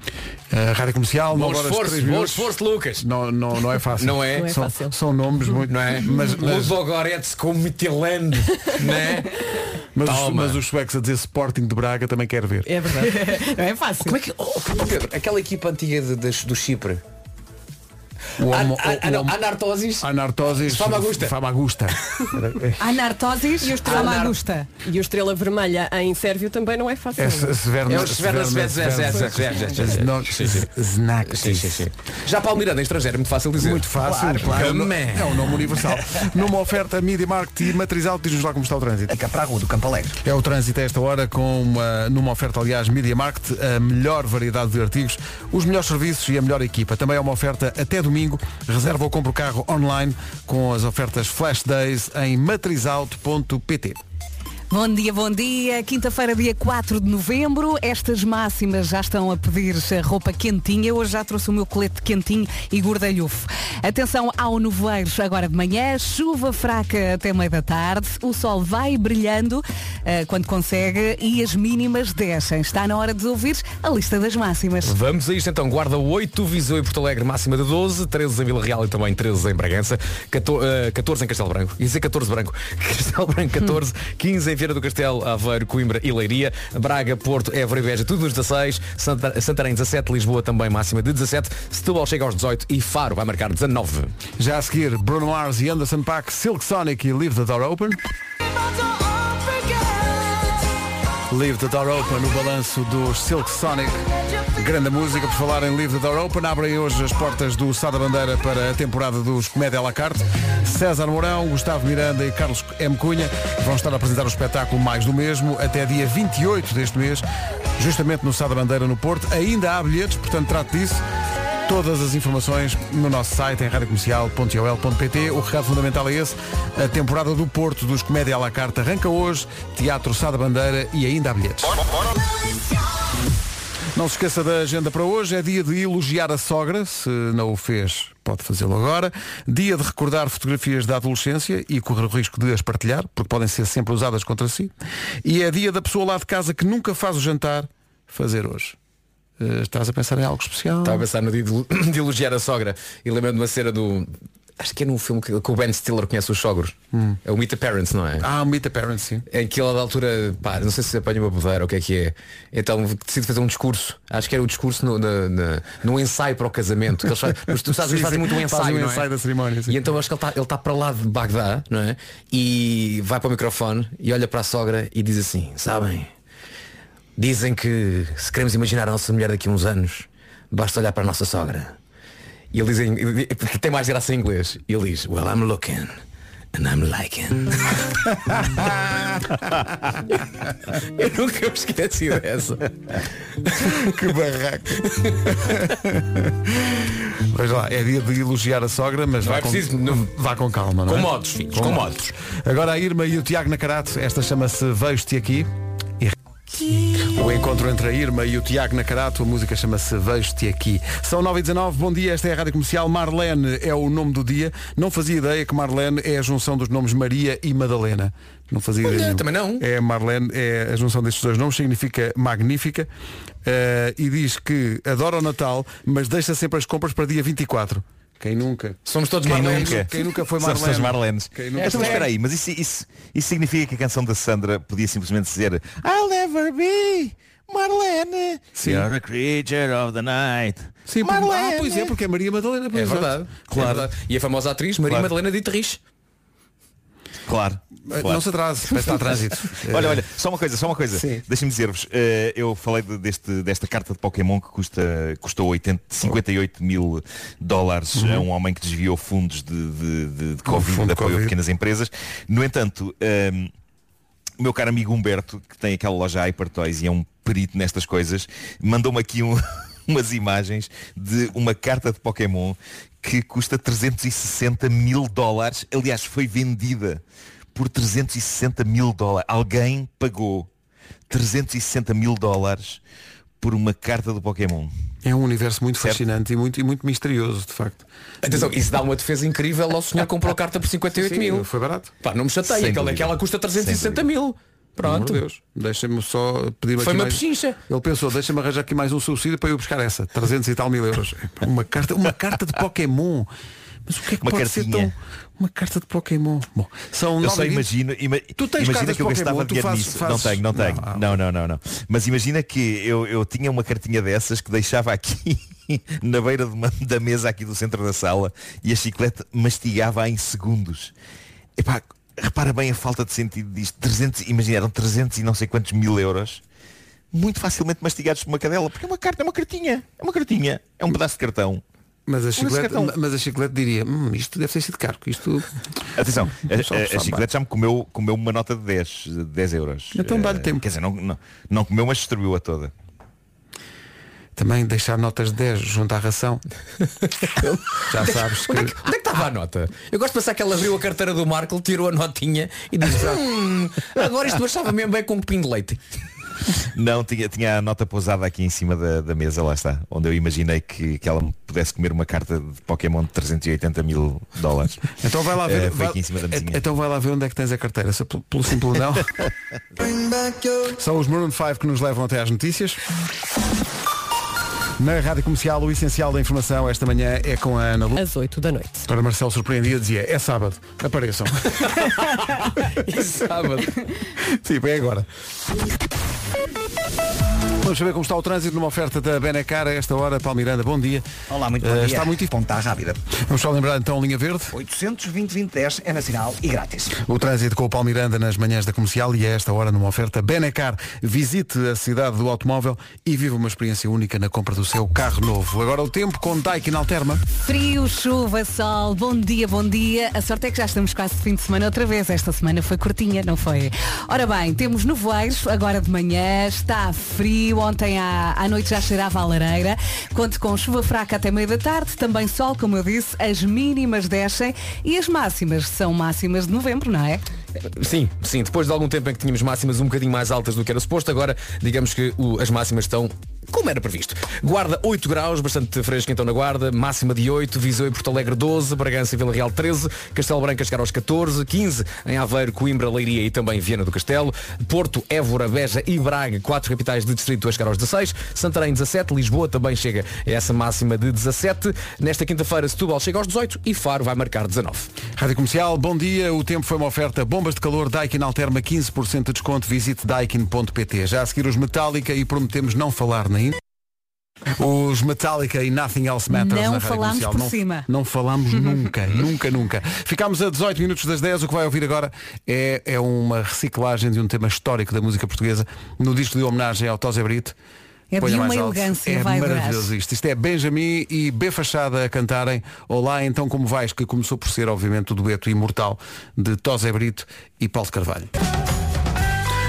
Speaker 1: A Rádio Comercial,
Speaker 6: Bom
Speaker 1: 9 horas
Speaker 6: esforço,
Speaker 1: 3
Speaker 6: bom
Speaker 1: minutos.
Speaker 6: esforço, Lucas.
Speaker 1: Não, não, não é fácil.
Speaker 6: Não é? Não
Speaker 12: é
Speaker 1: são,
Speaker 12: fácil.
Speaker 1: são nomes muito.
Speaker 6: Não é?
Speaker 1: Mas, mas,
Speaker 6: Ludo Goretz com metilando, não é?
Speaker 1: mas, os,
Speaker 6: Toma.
Speaker 1: mas os suecos a dizer Sporting de Braga também quero ver.
Speaker 12: É verdade. Não é fácil.
Speaker 6: Como é que. Oh, Pedro, aquela equipa antiga de- das- do Chipre.
Speaker 1: O homo-
Speaker 6: An-
Speaker 1: o-
Speaker 6: an-
Speaker 1: o
Speaker 6: Ah, não,
Speaker 1: homo-
Speaker 6: Anartosis.
Speaker 1: Anartosis
Speaker 6: Famagusta.
Speaker 1: Famagusta. é.
Speaker 4: Há nartosis e os tramagusta.
Speaker 12: E o Estrela Vermelha em Sérvio também não é fácil.
Speaker 1: É se- Severna.
Speaker 6: É o Severna, Severna, Severna, Severna, Severna.
Speaker 1: Não,
Speaker 6: Sim, sim.
Speaker 1: Znac.
Speaker 6: Sim, sim, sim. Já para Almirante em estrangeiro é muito fácil dizer.
Speaker 1: Muito fácil.
Speaker 6: claro.
Speaker 1: É um no-
Speaker 6: Come.
Speaker 1: É um nome universal. Numa oferta Media Market e Matriz Alto, diz-nos lá como está o trânsito.
Speaker 3: Fica para a rua do Campo Alegre.
Speaker 1: É o trânsito a esta hora com uma, numa oferta, aliás, Media Market, a melhor variedade de artigos, os melhores serviços e a melhor equipa. Também é uma oferta até domingo. Reserva ou compra o carro online com as ofertas Flash Days em matrizalto.pt.
Speaker 4: Bom dia, bom dia. Quinta-feira, dia 4 de novembro. Estas máximas já estão a pedir a roupa quentinha. Eu Hoje já trouxe o meu colete quentinho e gordalhufo. Atenção ao nevoeiro agora de manhã. Chuva fraca até meio da tarde. O sol vai brilhando eh, quando consegue e as mínimas descem. Está na hora de ouvir a lista das máximas.
Speaker 6: Vamos a isto então. Guarda 8, Viseu e Porto Alegre, máxima de 12, 13 em Vila Real e também 13 em Bragança, 14, eh, 14 em Castelo Branco, ia dizer 14 branco, Castelo Branco 14, 15 em Vieira do Castelo, Aveiro, Coimbra e Leiria, Braga, Porto, Évora e Beja, tudo nos 16, Santa- Santarém 17, Lisboa também máxima de 17, Setúbal chega aos 18 e Faro vai marcar 19.
Speaker 1: Já a seguir, Bruno Mars e Anderson Paak, Silk Sonic e Leave the Door Open. Leave the Door Open, no balanço dos Silk Sonic. Grande música por falar em Leave the Door Open. Abrem hoje as portas do Sá da Bandeira para a temporada dos Comédia à la Carte. César Mourão, Gustavo Miranda e Carlos M. Cunha vão estar a apresentar o espetáculo mais do mesmo até dia 28 deste mês, justamente no Sá da Bandeira, no Porto. Ainda há bilhetes, portanto trate disso. Todas as informações no nosso site em radiocomercial.ol.pt. O recado fundamental é esse. A temporada do Porto dos Comédia à la Carta arranca hoje. Teatro Sada Bandeira e ainda há bilhetes. Não se esqueça da agenda para hoje. É dia de elogiar a sogra. Se não o fez, pode fazê-lo agora. Dia de recordar fotografias da adolescência e correr o risco de as partilhar, porque podem ser sempre usadas contra si. E é dia da pessoa lá de casa que nunca faz o jantar fazer hoje. Eh, Estás a pensar em algo especial?
Speaker 6: Estava a pensar no dia de, de elogiar a sogra e lembro-me de uma cena do. Acho que é num filme que, que o Ben Stiller conhece os sogros. É o Meet the Parents, não é?
Speaker 1: Ah, Meet the Parents, sim.
Speaker 6: em É que ele da altura, pá, não sei se apanha uma bodeira ou o que é que é. Então decide fazer um discurso. Acho que era um discurso no, no, no- no ensaio para o casamento. que Eles fazem, nos Estados
Speaker 1: Sim,
Speaker 6: Unidos fazem
Speaker 1: sim.
Speaker 6: muito um ensaio.
Speaker 1: Fazem um
Speaker 6: não é?
Speaker 1: ensaio da cerimónia, sim.
Speaker 6: E então acho que ele está ele tá para lá de Bagdá, não é? E vai para o microfone e olha para a sogra e diz assim, sabem? Dizem que se queremos imaginar a nossa mulher daqui a uns anos, basta olhar para a nossa sogra. E ele diz, em- ele- porque tem mais graça em inglês. E ele diz, well I'm looking and I'm liking. Eu nunca me esqueci dessa.
Speaker 1: Que barraco. Pois lá, é dia de elogiar a sogra, mas
Speaker 6: Não
Speaker 1: vá,
Speaker 6: é preciso,
Speaker 1: com,
Speaker 6: não-
Speaker 1: vá com calma, não
Speaker 6: Com
Speaker 1: é?
Speaker 6: modos, filhos, com modos.
Speaker 1: Agora a Irma e o Tiago Nacarato, esta chama-se Vejo-te aqui. E- O encontro entre a Irma e o Tiago Nacarato, a música chama-se Vejo-te aqui. São 9 e 19 bom dia, esta é a Rádio Comercial. Marlene é o nome do dia. Não fazia ideia que Marlene é a junção dos nomes Maria e Madalena. Não fazia ideia. nenhuma.
Speaker 6: também não.
Speaker 1: É Marlene, é a junção destes dois nomes, significa magnífica. eh, e diz que adora o Natal, mas deixa sempre as compras para dia 24. Quem nunca?
Speaker 6: Somos
Speaker 9: É
Speaker 6: todos
Speaker 1: Quem
Speaker 6: Marlenes.
Speaker 1: nunca? Quem nunca foi
Speaker 9: São- São os
Speaker 1: Marlene?
Speaker 9: Marlenes.
Speaker 1: Quem nunca
Speaker 9: Então,
Speaker 1: foi?
Speaker 9: espera aí, mas isso, isso, isso significa que a canção da Sandra podia simplesmente dizer I'll never be Marlene.
Speaker 1: Sim.
Speaker 9: You're a creature of the night.
Speaker 1: Sim, porque-
Speaker 9: Marlene.
Speaker 1: Ah, pois é, porque é Maria Madalena. pois
Speaker 6: É
Speaker 1: exato.
Speaker 6: verdade.
Speaker 1: Claro.
Speaker 6: É verdade. E a famosa atriz Maria
Speaker 9: Claro.
Speaker 6: Madalena Dietrich.
Speaker 9: Claro.
Speaker 1: Eh,
Speaker 9: claro.
Speaker 1: Não se atrase, parece que está a trânsito.
Speaker 9: olha,
Speaker 1: Eh,
Speaker 9: olha, só uma coisa, só uma coisa.
Speaker 1: Sim.
Speaker 9: Deixem-me dizer-vos, eh, eu falei de- deste, desta carta de Pokémon que custa, custou 80, 58 mil dólares a um homem que desviou fundos de, de, de, de Covid,
Speaker 1: Uhum. Um fundo
Speaker 9: de apoio
Speaker 1: Covid.
Speaker 9: a pequenas empresas. No entanto, ehm, o meu caro amigo Humberto, que tem aquela loja Hyper Toys e é um perito nestas coisas, mandou-me aqui um- umas imagens de uma carta de Pokémon que custa 360 mil dólares. Aliás, foi vendida por 360 mil dólares. Alguém pagou 360 mil dólares por uma carta do Pokémon.
Speaker 1: É um universo muito fascinante e muito, e muito misterioso, de facto.
Speaker 6: Atenção, isso dá uma defesa incrível ao senhor que comprou a carta por 58
Speaker 1: Sim,
Speaker 6: mil.
Speaker 1: Foi barato.
Speaker 6: Pá, não me
Speaker 9: Sem
Speaker 6: chateia, aquela,
Speaker 9: dúvida.
Speaker 6: aquela custa 360
Speaker 9: Sem
Speaker 6: mil.
Speaker 1: Pelo amor
Speaker 6: Pronto.
Speaker 1: de Deus. Deixa-me só pedir
Speaker 6: Foi
Speaker 1: aqui
Speaker 6: uma
Speaker 1: mais...
Speaker 6: pechincha.
Speaker 1: Ele pensou, deixa-me arranjar aqui mais um subsídio para eu buscar essa. 300 e tal mil euros. Epá, Uma carta, uma carta de Pokémon. Mas o que é que
Speaker 9: Uma
Speaker 1: pode ser
Speaker 9: cartinha.
Speaker 1: tão... Uma carta de Pokémon. Bom, são
Speaker 9: Eu
Speaker 1: nove
Speaker 9: só
Speaker 1: e vinte.
Speaker 9: imagino, ima-
Speaker 1: Tu tens
Speaker 9: imagina
Speaker 1: cartas
Speaker 9: que eu
Speaker 1: Pokémon,
Speaker 9: gastava
Speaker 1: tu
Speaker 9: dinheiro
Speaker 1: fazes-
Speaker 9: nisso.
Speaker 1: fazes- Ah,
Speaker 9: Não tenho, não tenho.
Speaker 1: Não,
Speaker 9: Não, não, não, não. Mas imagina que eu, eu tinha uma cartinha dessas que deixava aqui na beira de uma- da mesa aqui do centro da sala e a chiclete mastigava em segundos. Epá, repara bem a falta de sentido disto. 300, imagina, eram 300 e não sei quantos mil euros muito facilmente mastigados por uma cadela, porque é uma carta, é uma cartinha, é uma cartinha, é um pedaço de cartão.
Speaker 1: Mas a,
Speaker 9: Como esse
Speaker 1: chiclete,
Speaker 9: cartão.
Speaker 1: mas a chiclete diria, "Hum, isto deve ter sido caro, que isto.
Speaker 9: Atenção,
Speaker 1: Só
Speaker 9: a,
Speaker 1: de
Speaker 9: a, a
Speaker 1: samba.
Speaker 9: Chiclete já me comeu, comeu uma nota de 10, de 10 euros.
Speaker 1: Então dá-lhe
Speaker 9: Eh,
Speaker 1: tempo.
Speaker 9: Quer dizer, não, não, não comeu, mas distribuiu a toda.
Speaker 1: Também deixar notas de 10 junto à ração. Já sabes que.
Speaker 6: Onde é, que, onde é que estava a nota? Eu gosto de pensar que ela abriu a carteira do Marco, tirou a notinha e disse, hum, agora isto achava mesmo bem com um copinho de leite.
Speaker 9: Não, tinha, tinha a nota pousada aqui em cima da, da mesa, lá está, onde eu imaginei que, que ela me pudesse comer uma carta de Pokémon de 380 mil dólares.
Speaker 1: Então vai lá ver.
Speaker 9: Eh, foi
Speaker 1: vai-
Speaker 9: aqui em cima da
Speaker 1: et-
Speaker 9: mesinha.
Speaker 1: então vai lá ver onde é que tens a carteira. Se pelo, pelo simples não. São os Maroon 5 que nos levam até às notícias. Na Rádio Comercial, o essencial da informação esta manhã é com a Ana Lu.
Speaker 12: Às 8 da noite.
Speaker 1: Para Marcelo surpreendia dizia, é sábado, apareçam.
Speaker 6: Sábado.
Speaker 1: tipo, é agora. Vamos saber como está o trânsito numa oferta da Benacar a esta hora. Paulo Miranda, bom dia.
Speaker 3: Olá, muito
Speaker 1: Eh,
Speaker 3: bom dia.
Speaker 1: Está muito
Speaker 3: Ponta rápida.
Speaker 1: Vamos só lembrar então a linha verde.
Speaker 3: 820-2010 é nacional e grátis.
Speaker 1: O trânsito com o Paulo Miranda nas manhãs da comercial e a esta hora numa oferta Benacar. Visite a cidade do automóvel e viva uma experiência única na compra do seu carro novo. Agora o tempo com Daikin Alterma.
Speaker 4: Frio, chuva, sol, bom dia, bom dia. A sorte é que já estamos quase de fim de semana outra vez. Esta semana foi curtinha, não foi? Ora bem, temos nevoeiros agora de manhã, está frio, ontem à, à noite já cheirava a lareira. Conto com chuva fraca até meia da tarde, também sol, como eu disse, as mínimas descem e as máximas são máximas de novembro, não é?
Speaker 6: Sim, sim. Depois de algum tempo em que tínhamos máximas um bocadinho mais altas do que era suposto, agora digamos que o- as máximas estão como era previsto. Guarda 8 graus, bastante fresco então na Guarda, máxima de 8, Viseu e Porto Alegre 12, Bragança e Vila Real 13, Castelo Branco a chegar aos 14, 15 em Aveiro, Coimbra, Leiria e também Viana do Castelo, Porto, Évora, Beja e Braga, quatro capitais de distrito a chegar aos 16, Santarém 17, Lisboa também chega a essa máxima de 17, nesta quinta-feira Setúbal chega aos 18 e Faro vai marcar 19.
Speaker 1: Rádio Comercial, bom dia. O tempo foi uma oferta bombas de calor Daikin Alterma 15% de desconto. Visite daikin.pt. Já a seguir os Metallica e prometemos não falar nem os Metallica e Nothing Else Matters
Speaker 4: Não
Speaker 1: na Rádio
Speaker 4: falámos
Speaker 1: Comercial.
Speaker 4: por
Speaker 1: não,
Speaker 4: cima.
Speaker 1: Não falámos nunca, nunca, nunca. Ficámos a 18 minutos das 10. O que vai ouvir agora é, é uma reciclagem de um tema histórico da música portuguesa no disco de homenagem ao Tosé Brito.
Speaker 4: É de
Speaker 1: Ponha
Speaker 4: uma
Speaker 1: mais alto.
Speaker 4: elegância,
Speaker 1: É
Speaker 4: vai adorar.
Speaker 1: maravilhoso isto. Isto é Benjamin e B Fachada a cantarem Olá, então como vais? Que começou por ser, obviamente, o dueto imortal de Tosé Brito e Paulo de Carvalho.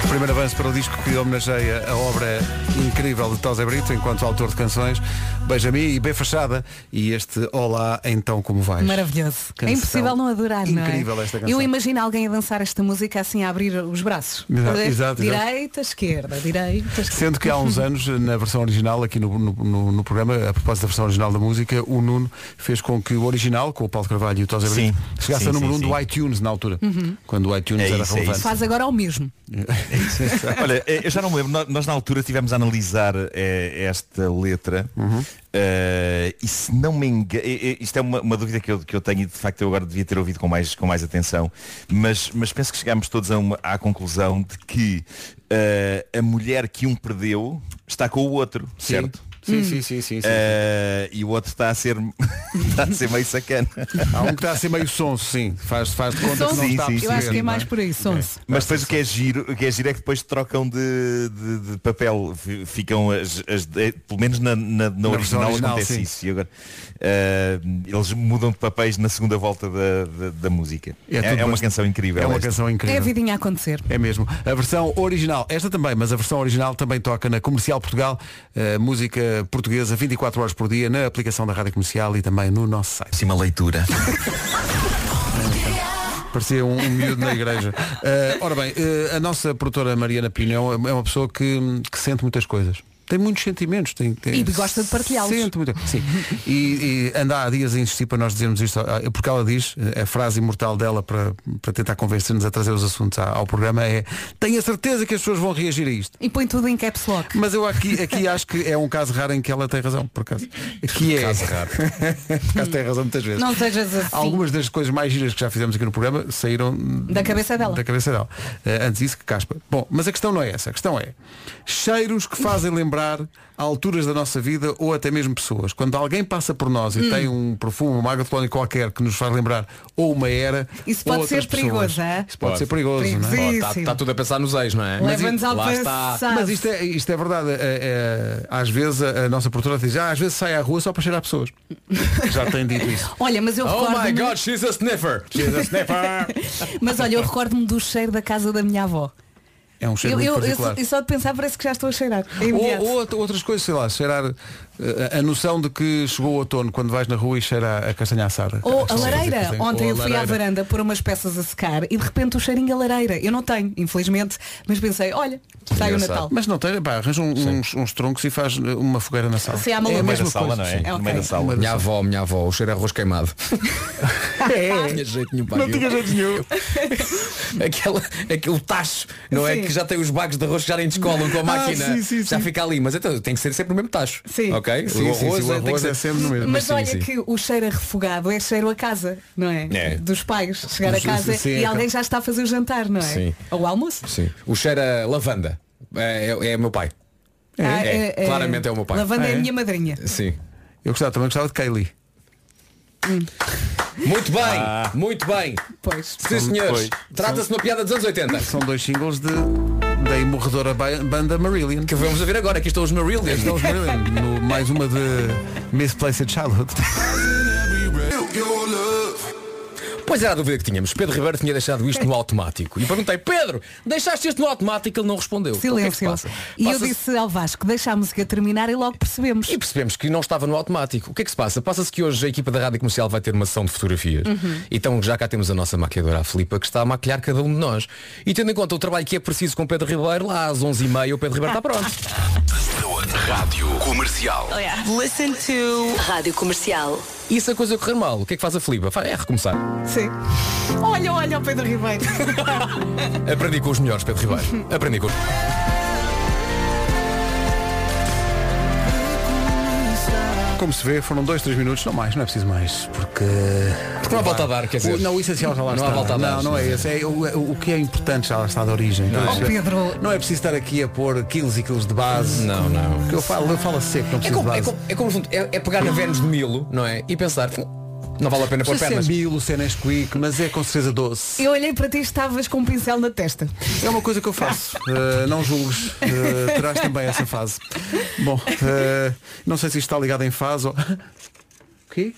Speaker 1: Primeiro avanço para o disco que homenageia a obra incrível de Tosé Brito, enquanto autor de canções, Benjamin e B Fachada, e este Olá, então como vais?
Speaker 4: Maravilhoso.
Speaker 1: Canção
Speaker 4: é impossível não adorar, não é?
Speaker 1: incrível esta canção.
Speaker 4: Eu imagino alguém a dançar esta música assim a abrir os braços. é.
Speaker 1: Exato, exato, exato.
Speaker 4: direita, esquerda, direita, esquerda.
Speaker 1: Sendo que há uns anos, na versão original, aqui no, no- no- no programa, a propósito da versão original da música, o Nuno fez com que o original, com o Paulo Carvalho e o Tosé
Speaker 9: Sim.
Speaker 1: Brito, chegasse
Speaker 9: Sim,
Speaker 1: a número
Speaker 9: sim,
Speaker 1: 1 um do
Speaker 9: sim.
Speaker 1: iTunes na altura, quando o iTunes
Speaker 9: É
Speaker 1: era
Speaker 9: isso, é
Speaker 1: relevante.
Speaker 4: Uhum. Faz agora o mesmo.
Speaker 9: Olha, eh, eu já não me lembro, Nó- nós na altura estivemos a analisar eh, esta letra
Speaker 1: Uhum.
Speaker 9: Eh, e se não me engano, isto é uma, uma dúvida que eu, que eu tenho e de facto eu agora devia ter ouvido com mais, com mais atenção, mas, mas penso que chegámos todos a uma- à conclusão de que eh, a mulher que um perdeu está com o outro, certo?
Speaker 1: Sim,
Speaker 4: Hum.
Speaker 1: sim, sim, sim, sim.
Speaker 9: Eh, e o outro está a ser está a ser meio sacana.
Speaker 1: Há um que está a ser meio sonso, sim. Faz, faz de conta que não
Speaker 9: Sonso?
Speaker 1: está a
Speaker 9: Sim, sim,
Speaker 1: perceber.
Speaker 4: Eu acho que é mais
Speaker 1: não
Speaker 4: por aí, Sonso.
Speaker 9: Mas depois o que é giro, o que é giro é que depois trocam de, de- de papel, F- ficam as, as- eh, pelo menos na, na, na
Speaker 1: versão
Speaker 9: original,
Speaker 1: original,
Speaker 9: acontece
Speaker 1: sim.
Speaker 9: isso. E agora, eh, eles mudam de papéis na segunda volta da, da- da música.
Speaker 1: É
Speaker 9: É,
Speaker 1: tudo
Speaker 9: é uma
Speaker 1: bastante-
Speaker 9: canção incrível.
Speaker 1: É uma
Speaker 9: esta.
Speaker 1: canção
Speaker 4: É a
Speaker 1: incrível.
Speaker 4: vidinha a acontecer.
Speaker 1: É mesmo. A versão original, esta também, mas a versão original também toca na Comercial Portugal, eh, música portuguesa 24 horas por dia, na aplicação da Rádio Comercial e também no nosso site.
Speaker 9: Sim, uma leitura.
Speaker 1: Parecia um, um miúdo na igreja. Eh, ora bem, eh, a nossa produtora Mariana Pinhão é uma pessoa que, que sente muitas coisas. Tem muitos sentimentos. Tem, tem-
Speaker 4: E gosta de partilhá-los.
Speaker 1: Sente muita- Sim. E, e anda há dias a insistir para nós dizermos isto, ah, porque ela diz, eh, a frase imortal dela para, para tentar convencer-nos a trazer os assuntos à- ao programa é tenho a certeza que as pessoas vão reagir a isto.
Speaker 4: E põe tudo em caps lock.
Speaker 1: Mas eu aqui, aqui acho que é um caso raro em que ela tem razão, por acaso. Que é. Caso raro.
Speaker 6: Tá,
Speaker 1: tem razão muitas vezes.
Speaker 4: Não sejas assim.
Speaker 1: Algumas das coisas mais giras que já fizemos aqui no programa saíram
Speaker 4: Da cabeça dela.
Speaker 1: da cabeça dela. Eh, antes disso que caspa. Bom, mas a questão não é essa. A questão é cheiros que fazem lembrar alturas da nossa vida ou até mesmo pessoas. Quando alguém passa por nós e
Speaker 4: Hum.
Speaker 1: tem um perfume, uma água de clone qualquer que nos faz lembrar ou uma era.
Speaker 4: Isso
Speaker 1: ou
Speaker 4: pode
Speaker 1: outras
Speaker 4: ser perigoso,
Speaker 1: pessoas.
Speaker 4: é?
Speaker 1: Isso pode, ser perigoso, não é?
Speaker 6: Está
Speaker 4: Perigosíssimo.
Speaker 6: tá, tudo a pensar nos ex, não é?
Speaker 4: Leva-nos ao
Speaker 6: lá está.
Speaker 4: passado.
Speaker 1: Mas isto é, isto é verdade. É, é, às vezes a, a nossa produtora diz, ah, às vezes sai à rua só para cheirar pessoas. Já tem dito isso.
Speaker 4: Olha, mas eu
Speaker 6: Oh my
Speaker 4: recordo-me-
Speaker 6: god, she's a sniffer.
Speaker 4: Mas olha, eu recordo-me do cheiro da casa da minha avó.
Speaker 1: É um cheiro
Speaker 4: Eu,
Speaker 1: muito
Speaker 4: eu, eu,
Speaker 1: particular.
Speaker 4: eu só de pensar parece que já estou a cheirar. É
Speaker 1: ou,
Speaker 4: imediato.
Speaker 1: ou out- outras coisas, sei lá, cheirar eh, a, a noção de que chegou o outono quando vais na rua e cheira a castanha assada.
Speaker 4: Ou a
Speaker 1: Castanha
Speaker 4: lareira.
Speaker 1: assada, sim.
Speaker 4: Ontem
Speaker 1: Ou
Speaker 4: eu
Speaker 1: a
Speaker 4: fui à
Speaker 1: lareira.
Speaker 4: varanda pôr umas peças a secar e de repente o cheirinho a lareira. Eu não tenho, infelizmente, mas pensei, olha, sai o
Speaker 6: engraçado.
Speaker 4: Natal.
Speaker 1: Mas não tem, pá, arranja um- uns, uns troncos e faz eh, uma fogueira na sala.
Speaker 4: Sim, há uma
Speaker 1: é a
Speaker 4: luz.
Speaker 1: mesma
Speaker 9: No meio da sala,
Speaker 1: coisa,
Speaker 9: não é?
Speaker 1: sim.
Speaker 4: É,
Speaker 9: No
Speaker 4: ok.
Speaker 9: meio da sala.
Speaker 6: Minha avó, minha avó, o cheiro a arroz queimado. Não
Speaker 4: É.
Speaker 6: tinha jeito nenhum para aquilo. Aquela, aquele tacho, não é?
Speaker 4: Sim.
Speaker 6: Que já tem os bagos de arroz que já nem descolam
Speaker 3: Ah,
Speaker 6: com a máquina.
Speaker 1: sim, sim,
Speaker 6: já fica ali, mas então tem que ser sempre o mesmo tacho.
Speaker 4: Sim.
Speaker 6: Ok?
Speaker 1: Sim, sim, sim, o
Speaker 6: tem que
Speaker 1: arroz
Speaker 6: ser-
Speaker 1: é sempre no mesmo.
Speaker 4: Mas
Speaker 6: sim,
Speaker 4: olha
Speaker 6: sim.
Speaker 4: que o cheiro a refogado é cheiro a casa, não é?
Speaker 6: É.
Speaker 4: Dos pais. Chegar a
Speaker 1: Sim,
Speaker 4: casa
Speaker 1: sim, sim,
Speaker 4: e
Speaker 1: é
Speaker 4: alguém já está a fazer o jantar, não é?
Speaker 6: Sim.
Speaker 4: Ou o almoço.
Speaker 6: Sim. O cheiro a lavanda. É, é, é meu pai.
Speaker 4: Ah,
Speaker 6: É, claramente é o meu pai.
Speaker 4: Lavanda
Speaker 1: Ah,
Speaker 4: é
Speaker 1: é?
Speaker 4: a minha madrinha.
Speaker 6: Sim.
Speaker 1: Eu gostava, também gostava de Kylie.
Speaker 6: Muito bem,
Speaker 9: Ah.
Speaker 6: muito bem.
Speaker 4: Pois.
Speaker 6: Sim senhores,
Speaker 9: Foi.
Speaker 6: trata-se de uma piada dos anos 80.
Speaker 1: São dois singles de, da imorredora ba- banda Marillion.
Speaker 6: Que vamos a ver agora, aqui estão os Marillions.
Speaker 1: Estão os Marillion no mais uma de Misplaced Childhood.
Speaker 6: Pois era a dúvida que tínhamos. Pedro Ribeiro tinha deixado isto no automático. E perguntei, Pedro, deixaste isto no automático? Ele não respondeu. O que é que se
Speaker 4: Silêncio.
Speaker 6: passa?
Speaker 4: E eu
Speaker 6: Passa-se-
Speaker 4: disse ao Vasco, deixa a música terminar e logo percebemos.
Speaker 6: E percebemos que não estava no automático. O que é que se passa? Passa-se que hoje a equipa da Rádio Comercial vai ter uma sessão de fotografias. Então já cá temos a nossa maquiadora, a Filipa, que está a maquilhar cada um de nós. E tendo em conta o trabalho que é preciso com o Pedro Ribeiro, lá às 11h30 o Pedro Ribeiro está pronto.
Speaker 5: Oh, Rádio Comercial.
Speaker 6: E se a coisa correr mal, o que é que faz a Filipa? Faz- É recomeçar.
Speaker 4: Sim. Olha, olha o Pedro Ribeiro.
Speaker 6: Aprendi com os melhores, Pedro Ribeiro. Aprendi com os...
Speaker 1: Como se vê, foram dois, três minutos, não mais, não é preciso mais, porque...
Speaker 6: Porque não há volta a dar, quer dizer.
Speaker 1: O- não, o essencial já lá
Speaker 6: Não
Speaker 1: está.
Speaker 6: há volta a dar.
Speaker 1: Não, não é esse. É o, o que é importante já lá está de origem. Não,
Speaker 4: Oh, Pedro.
Speaker 1: não é preciso estar aqui a pôr quilos e quilos de base.
Speaker 6: Não, não.
Speaker 1: Porque eu falo, eu falo seco, não
Speaker 6: É
Speaker 1: preciso de
Speaker 6: como, é,
Speaker 1: base.
Speaker 6: como, é como, no fundo, é- é pegar na Vênus de Milo, não é? E pensar, "Hum, não vale a pena pôr
Speaker 1: Não sei se é
Speaker 6: pernas.
Speaker 1: milo, se é Nesquik, mas é com certeza doce.
Speaker 4: Eu olhei para ti e estavas com um pincel na testa.
Speaker 1: É uma coisa que eu faço. Uh, não julgues. Uh, terás também essa fase. Bom, uh, não sei se isto está ligado em fase ou. O quê?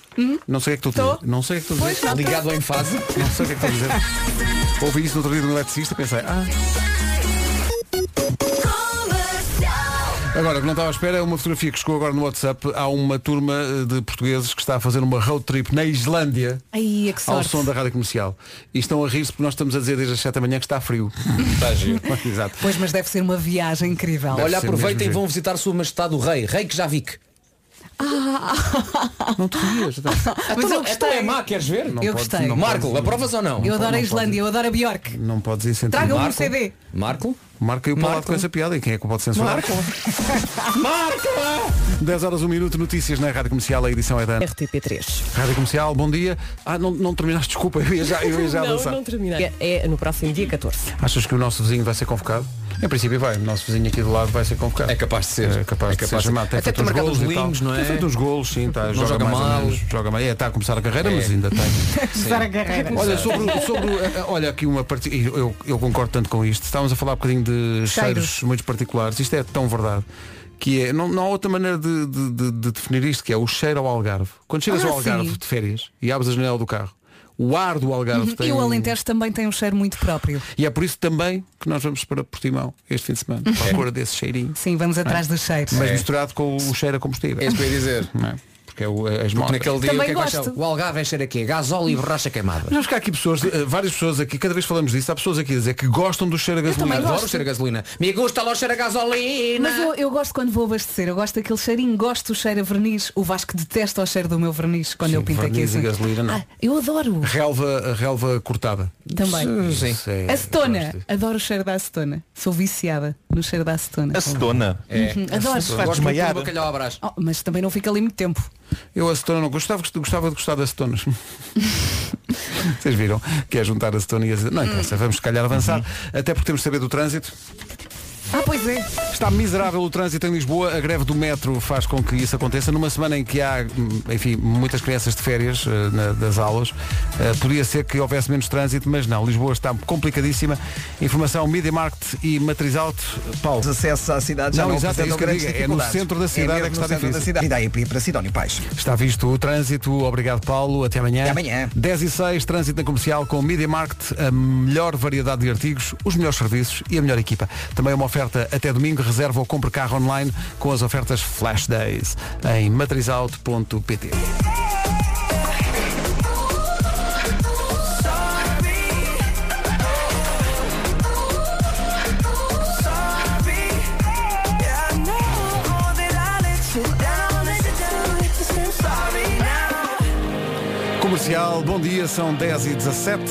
Speaker 1: Não sei o que é que tu
Speaker 4: Hum? Tô.
Speaker 1: Não sei o que tu
Speaker 4: Pois, tá.
Speaker 1: dizes.
Speaker 6: Ligado em fase.
Speaker 1: Não sei o que é que tu dizes. Ouvi isso no outro dia de um eletricista e pensei, ah. Agora, o que não estava à espera é uma fotografia que chegou agora no WhatsApp. Há uma turma eh, de portugueses que está a fazer uma road trip na Islândia
Speaker 4: Aí, é que
Speaker 1: ao
Speaker 4: sorte.
Speaker 1: som da rádio comercial. E estão a rir-se porque nós estamos a dizer desde as 7 da manhã que está frio.
Speaker 6: Está giro.
Speaker 1: Exato.
Speaker 4: Pois, mas deve ser uma viagem incrível.
Speaker 1: Deve
Speaker 6: Olha,
Speaker 1: ser
Speaker 6: aproveitem
Speaker 1: mesmo
Speaker 6: e vão visitar Sua Majestade o Rei, Rei que já vi que.
Speaker 1: Não te rias. então.
Speaker 4: Mas é, eu gostei.
Speaker 6: é queres ver?
Speaker 4: Eu gostei.
Speaker 6: Marco, aprovas ou não?
Speaker 4: Eu adoro a Islândia, eu adoro a Bjork.
Speaker 1: Não podes incentivar.
Speaker 4: Traga-me um CD.
Speaker 6: Marco?
Speaker 1: Marco e o Paulo
Speaker 6: Marco.
Speaker 1: com essa piada. E quem é que pode censurar?
Speaker 6: Marco.
Speaker 1: Marco! 10 horas, 1 minuto, notícias na Rádio Comercial. A edição é da Ana.
Speaker 12: RTP3.
Speaker 1: Rádio Comercial, bom dia. Ah, não, não terminaste, desculpa, eu ia já, eu ia já
Speaker 12: não,
Speaker 1: avançar.
Speaker 12: não terminei. É no próximo dia 14.
Speaker 1: Achas que o nosso vizinho vai ser convocado? Em princípio vai, o nosso vizinho aqui do lado vai ser convocado. É
Speaker 6: capaz de ser.
Speaker 1: É capaz
Speaker 6: É
Speaker 1: de ser
Speaker 6: capaz de-
Speaker 1: chamado. Tem
Speaker 6: Até
Speaker 1: feito
Speaker 6: tem
Speaker 1: uns
Speaker 6: marcado
Speaker 1: golos
Speaker 6: uns
Speaker 1: e tal.
Speaker 6: linhos, não é?
Speaker 1: Tem feito uns golos, sim, tá,
Speaker 6: Não
Speaker 1: joga,
Speaker 6: joga
Speaker 1: mais ou
Speaker 6: mal.
Speaker 1: menos, joga mal. É, está a começar a carreira,
Speaker 6: É.
Speaker 1: mas ainda tem.
Speaker 4: Começar a carreira.
Speaker 1: Olha, sobre, o- sobre o- eh, olha aqui uma partida, eu, eu concordo tanto com isto. Estávamos a falar um bocadinho de cheiros,
Speaker 4: Cheiros.
Speaker 1: muito particulares. Isto é tão verdade. Que é, não, não há outra maneira de, de- de- de definir isto, que é o cheiro ao Algarve. Quando chegas
Speaker 4: Ah,
Speaker 1: ao Algarve
Speaker 4: sim. Uhum.
Speaker 1: de férias e abres a janela do carro, o ar do Algarve tem
Speaker 4: E o
Speaker 1: um-
Speaker 4: Alentejo também tem um cheiro muito próprio.
Speaker 1: E é por isso também que nós vamos para Portimão este fim de semana,
Speaker 6: Uhum.
Speaker 1: à procura desse cheirinho.
Speaker 4: Sim, vamos atrás dos cheiros.
Speaker 1: Ah. Mas misturado com o cheiro a combustível.
Speaker 6: É isso que eu ia dizer.
Speaker 1: Não é? Porque é o, as
Speaker 6: Porque
Speaker 1: motas.
Speaker 6: naquele dia
Speaker 4: Também
Speaker 6: o que é que vai
Speaker 4: gosto.
Speaker 6: ser? O Algarve vai ser aqui, gasóleo e borracha queimada.
Speaker 1: Mas acho que há aqui pessoas, eh, várias pessoas aqui, cada vez falamos disso, há pessoas aqui a dizer que gostam do cheiro a gasolina.
Speaker 6: Adoro o cheiro a gasolina. Me gusta o cheiro a gasolina.
Speaker 4: Mas eu, eu gosto quando vou abastecer, eu gosto daquele cheirinho, gosto do cheiro a verniz. O Vasco detesta o cheiro do meu verniz quando eu pinto aqui
Speaker 1: verniz
Speaker 4: assim.
Speaker 1: e gasolina, não.
Speaker 4: Ah, eu adoro
Speaker 1: Relva, relva cortada.
Speaker 4: também.
Speaker 1: Sim. é Sim.
Speaker 4: Acetona, adoro o cheiro da acetona. Sou viciada no cheiro da acetona.
Speaker 9: Acetona.
Speaker 6: É.
Speaker 4: Hum, Adoro.
Speaker 9: Faz
Speaker 6: Gosto muito
Speaker 9: desmaiar.
Speaker 6: do bacalhau à brás.
Speaker 4: Oh, mas também não fica ali muito tempo.
Speaker 1: Eu acetona não gostava, gostava de gostar de acetonas. Vocês viram? Que é juntar acetona e acetona. Não
Speaker 4: Hum.
Speaker 1: interessa, vamos se calhar avançar.
Speaker 6: Uhum.
Speaker 1: Até porque temos de saber do trânsito.
Speaker 4: Ah, pois é.
Speaker 1: Está miserável o trânsito em Lisboa. A greve do metro faz com que isso aconteça. Numa semana em que há, hum, enfim, muitas crianças de férias eh, na- das aulas, eh, podia ser que houvesse menos trânsito, mas não. Lisboa está complicadíssima. Informação Media Market e Matriz Alto. Paulo.
Speaker 3: Os acessos à cidade já
Speaker 1: Não,
Speaker 3: não,
Speaker 1: exato, é isso
Speaker 3: apresentam
Speaker 1: que eu
Speaker 3: grandes
Speaker 1: digo, é no
Speaker 3: dificuldades.
Speaker 1: centro da cidade é
Speaker 3: mesmo
Speaker 1: que
Speaker 3: no
Speaker 1: está
Speaker 3: centro da
Speaker 1: difícil.
Speaker 3: cidade. E daí para Sidónio Pais.
Speaker 1: Está visto o trânsito. Obrigado, Paulo. Até amanhã.
Speaker 3: Até amanhã.
Speaker 1: 10 e 6, trânsito na comercial com Media Market, a melhor variedade de artigos, os melhores serviços e a melhor equipa. Também uma oferta até domingo. Reserva ou compre carro online com as ofertas Flash Days em matrizauto.pt. Comercial, bom dia, são 10 e 17.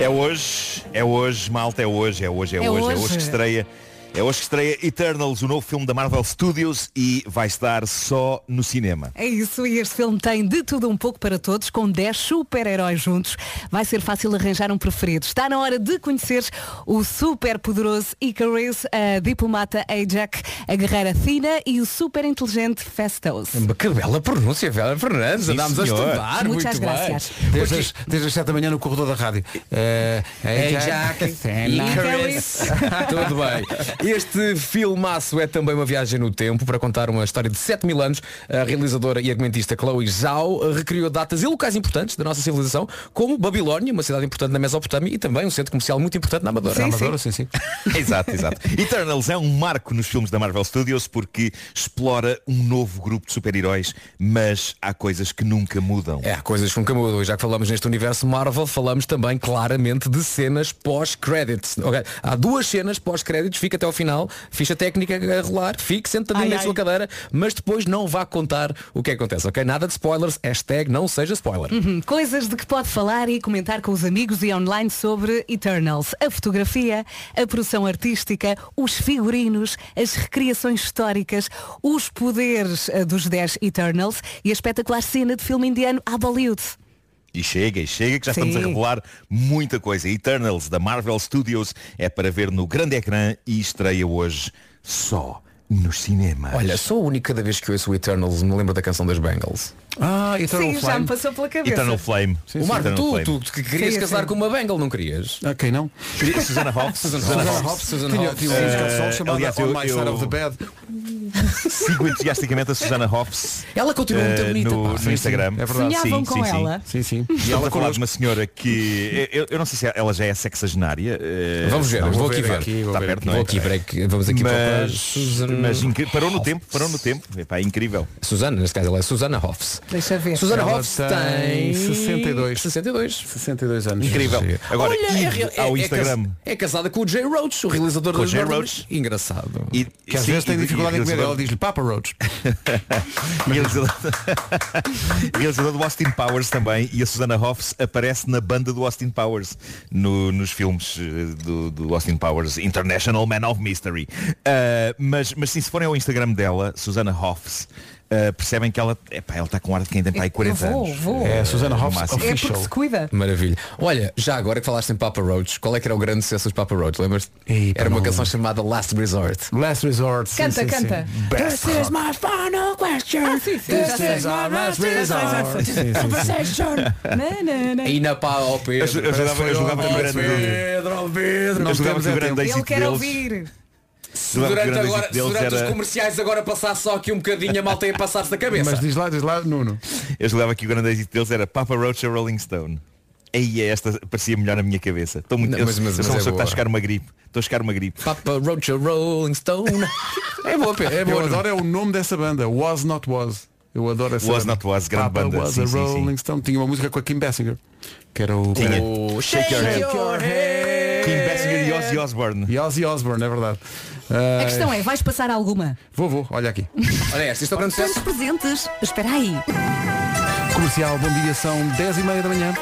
Speaker 9: É hoje, é hoje, malta, é hoje, é hoje, é,
Speaker 4: É
Speaker 9: hoje, é
Speaker 4: hoje.
Speaker 9: hoje que estreia. É hoje que estreia Eternals, o novo filme da Marvel Studios e vai estar só no cinema.
Speaker 4: É isso, e este filme tem de tudo um pouco para todos, com 10 super-heróis juntos. Vai ser fácil arranjar um preferido. Está na hora de conhecer o super poderoso Icarus, a diplomata Ajax, a guerreira Athena e o super inteligente Festos.
Speaker 6: Que bela pronúncia, Vera Fernandes.
Speaker 9: Sim,
Speaker 6: Andámos
Speaker 9: senhor.
Speaker 6: a estudar.
Speaker 4: Muitas
Speaker 6: muito
Speaker 4: graças.
Speaker 6: Bem.
Speaker 1: Desde
Speaker 6: Porque- É,
Speaker 1: as, desde as 7 da manhã no corredor da rádio. Eh,
Speaker 6: Hey,
Speaker 1: eh,
Speaker 6: Jack.
Speaker 4: Icarus.
Speaker 6: Tudo bem. Este filmaço é também uma viagem no tempo para contar uma história de 7 mil anos. A realizadora e argumentista Chloe Zhao recriou datas e locais importantes da nossa civilização, como Babilónia, uma cidade importante na Mesopotâmia, e também um centro comercial muito importante na Amadora.
Speaker 1: Na Amadora, sim, sim.
Speaker 9: exato, exato. Eternals é um marco nos filmes da Marvel Studios porque explora um novo grupo de super-heróis, mas há coisas que nunca mudam.
Speaker 6: É, há coisas que nunca mudam. E já que falamos neste universo Marvel, falamos também claramente de cenas pós-créditos. Ok? Há duas cenas pós-créditos, fica até ao final, ficha técnica a rolar, fique sentadinho
Speaker 12: Ai,
Speaker 6: na
Speaker 12: ai.
Speaker 6: sua cadeira, mas depois não vá contar o que é que acontece, ok? Nada de spoilers, hashtag não seja spoiler.
Speaker 4: Hum, Coisas de que pode falar e comentar com os amigos e online sobre Eternals. A fotografia, a produção artística, os figurinos, as recriações históricas, os poderes eh, dos 10 Eternals e a espetacular cena de filme indiano à Bollywood.
Speaker 9: E chega, e chega, que já
Speaker 4: Sim.
Speaker 9: estamos a revelar muita coisa. Eternals da Marvel Studios é para ver no grande ecrã e estreia hoje só nos cinemas.
Speaker 6: Olha, sou a única cada vez que ouço o Eternals me lembro da canção das Bengals.
Speaker 1: Ah, Eternal
Speaker 4: Sim, já
Speaker 1: Flame.
Speaker 4: me passou pela cabeça.
Speaker 9: Eternal Flame.
Speaker 6: o Marco,
Speaker 9: Eternal
Speaker 6: tu,
Speaker 9: Flame.
Speaker 6: tu, que querias
Speaker 4: Sim,
Speaker 6: casar
Speaker 4: sim.
Speaker 6: com uma Bengal, não querias?
Speaker 1: Ah, quem não?
Speaker 9: Queria- Susana Hoff. Susana
Speaker 6: Susana
Speaker 9: Hoff.
Speaker 6: Hobbs, Susana
Speaker 1: Tinha,
Speaker 6: Hobbs.
Speaker 1: tinha um uma música
Speaker 9: Eh,
Speaker 1: só chamada
Speaker 9: aliás,
Speaker 1: On
Speaker 9: eu-
Speaker 1: My Side
Speaker 9: eu-
Speaker 1: of the Bed.
Speaker 9: Sigo entusiasticamente a Susana Hoffs
Speaker 6: Ela continua muito
Speaker 9: eh,
Speaker 6: bonita,
Speaker 9: no,
Speaker 6: pá.
Speaker 9: no
Speaker 6: Sim, sim.
Speaker 9: Instagram.
Speaker 1: É verdade.
Speaker 4: Sonhavam
Speaker 9: Ah, Sim,
Speaker 4: com
Speaker 9: sim, sim.
Speaker 4: ela.
Speaker 1: Sim, sim.
Speaker 9: E ela falou de uma senhora que eu, eu não sei se ela já é sexagenária. eh,
Speaker 6: Vamos ver,
Speaker 9: não,
Speaker 6: vou
Speaker 1: ver
Speaker 6: aqui ver. Tá
Speaker 1: aqui, vou
Speaker 9: Está
Speaker 1: ver
Speaker 9: perto, não
Speaker 6: Vou
Speaker 9: é?
Speaker 6: aqui, break, vamos aqui procurar
Speaker 9: Mas,
Speaker 6: Susana-
Speaker 9: mas incri- parou no tempo, parou no tempo. Epá, é incrível.
Speaker 6: Susana, neste caso ela é Susana Hoffs.
Speaker 4: Deixa ver.
Speaker 6: Susana
Speaker 1: Ela
Speaker 6: Hoffs
Speaker 1: tem
Speaker 6: tem
Speaker 1: 62.
Speaker 6: 62.
Speaker 1: 62 anos.
Speaker 9: Incrível. Agora,
Speaker 6: Olha,
Speaker 9: ir
Speaker 6: é- é-
Speaker 9: ao
Speaker 6: é
Speaker 9: Instagram.
Speaker 6: cas- É, casada com o Jay Roach, o realizador
Speaker 9: Com o
Speaker 6: das
Speaker 9: Jay
Speaker 6: Gordon Ramsay. Engraçado.
Speaker 9: E,
Speaker 1: Que às vezes tem dificuldade em comer
Speaker 9: realizador-
Speaker 1: ela diz-lhe Papa Roach.
Speaker 9: realizador... realizador do Austin Powers também e a Susana Hoffs aparece na banda do Austin Powers no- nos filmes eh, do, do Austin Powers International Man of Mystery Ah, mas, mas sim, se forem ao Instagram dela Susana Hoffs ah, percebem que ela epá, ela está com ar de quem tem para aí 40
Speaker 4: vou,
Speaker 9: anos
Speaker 4: vou.
Speaker 9: Eh,
Speaker 1: É, Susana
Speaker 9: no
Speaker 1: Hoffs
Speaker 9: máximo.
Speaker 4: É porque se cuida.
Speaker 6: Maravilha. Olha, já agora que falaste em Papa Roach, qual é que era o grande sucesso dos Papa Roach? Lembras-te?
Speaker 1: Ei, pá,
Speaker 6: Era uma
Speaker 1: não
Speaker 6: canção chamada Last Resort.
Speaker 1: Last Resort. sim,
Speaker 4: Canta,
Speaker 1: sim, sim.
Speaker 4: canta.
Speaker 1: Best rock.
Speaker 12: my final question.
Speaker 4: Ah, sim, sim, já sei.
Speaker 1: Sim, sim, sim.
Speaker 4: Na, na, na.
Speaker 6: E na pá ao
Speaker 9: eu,
Speaker 6: Pedro.
Speaker 9: ju-
Speaker 4: é
Speaker 9: eu julgava, eu julgava que o grande
Speaker 1: Pedro, Pedro,
Speaker 9: eu
Speaker 1: nós
Speaker 9: julgava
Speaker 1: estamos
Speaker 9: que o
Speaker 1: a
Speaker 9: grande
Speaker 1: tempo.
Speaker 9: êxito
Speaker 4: Ele quer
Speaker 9: deles-
Speaker 4: ouvir.
Speaker 6: Se
Speaker 9: julgava que o
Speaker 6: durante,
Speaker 9: grande
Speaker 6: agora,
Speaker 9: êxito
Speaker 6: se
Speaker 9: deles
Speaker 6: durante os
Speaker 9: era-
Speaker 6: comerciais agora passar só aqui um bocadinho, a malta ia passar-se da cabeça.
Speaker 1: Mas diz lá, diz lá, Nuno.
Speaker 9: Eu julgava que o grande êxito deles era Papa Roach ou Rolling Stone. Aí é esta parecia melhor na minha cabeça. Estou muito.
Speaker 6: Não,
Speaker 9: eu,
Speaker 6: mas- mas-
Speaker 9: eu sou uma
Speaker 6: mas é
Speaker 9: pessoa que está
Speaker 6: boa.
Speaker 9: a chegar uma gripe. Estou a chegar uma gripe.
Speaker 6: Papa Roach, a Rolling Stone. É boa, Pedro, é
Speaker 1: Eu
Speaker 6: boa.
Speaker 1: adoro é o nome dessa banda, Was Not Was. Eu adoro essa
Speaker 9: Was
Speaker 1: banda.
Speaker 9: Not Was, grande
Speaker 1: Papa
Speaker 9: banda,
Speaker 1: Was
Speaker 9: sim,
Speaker 1: a
Speaker 9: sim, sim.
Speaker 1: Rolling Stone. Tinha uma música com a Kim Basinger. Que era o...
Speaker 9: Tinha.
Speaker 6: O Shake Your
Speaker 9: Shake
Speaker 6: Head.
Speaker 9: Kim Basinger e Ozzy Osbourne.
Speaker 1: E Ozzy Osbourne, é verdade.
Speaker 4: A questão é, vais passar alguma?
Speaker 1: Vou, vou, olha aqui.
Speaker 6: Olha esta, isto é o grande
Speaker 5: Tantos
Speaker 6: sucesso.
Speaker 5: presentes. Espera aí.
Speaker 1: Comercial, bom dia, são 10 e meia da manhã.